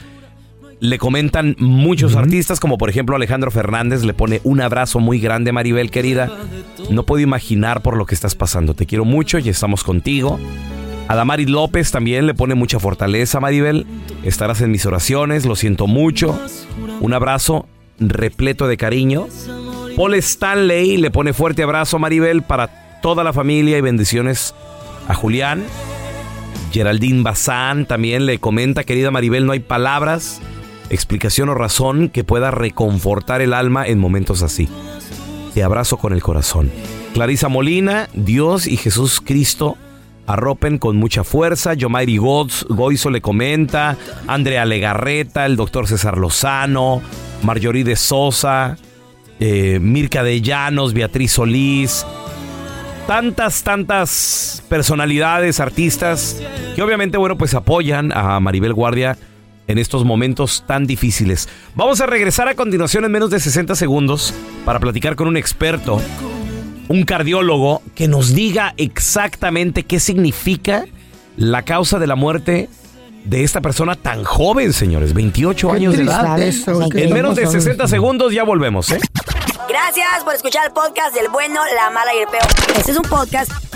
S2: le comentan muchos artistas, como por ejemplo Alejandro Fernández, le pone un abrazo muy grande, Maribel querida. No puedo imaginar por lo que estás pasando. Te quiero mucho y estamos contigo. Adamari López también le pone mucha fortaleza, Maribel. Estarás en mis oraciones, lo siento mucho. Un abrazo repleto de cariño. Paul Stanley le pone fuerte abrazo, Maribel, para toda la familia y bendiciones a Julián. Geraldine Bazán también le comenta, querida Maribel, no hay palabras, explicación o razón que pueda reconfortar el alma en momentos así. Te abrazo con el corazón. Clarisa Molina, Dios y Jesús Cristo arropen con mucha fuerza. Yomairi Goz- Goizo le comenta, Andrea Legarreta, el doctor César Lozano, Marjorie de Sosa, eh, Mirka de Llanos, Beatriz Solís, tantas, tantas personalidades, artistas, que obviamente, bueno, pues apoyan a Maribel Guardia en estos momentos tan difíciles. Vamos a regresar a continuación en menos de 60 segundos para platicar con un experto un cardiólogo que nos diga exactamente qué significa la causa de la muerte de esta persona tan joven, señores, 28
S3: Qué
S2: años de
S3: triste
S2: edad.
S3: eso, güey, que
S2: en menos
S3: estamos
S2: de
S3: hablando.
S2: 60 segundos ya volvemos, ¿eh?
S4: Gracias por escuchar el podcast del bueno, la mala y el peor. Este es un podcast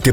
S18: ¿Te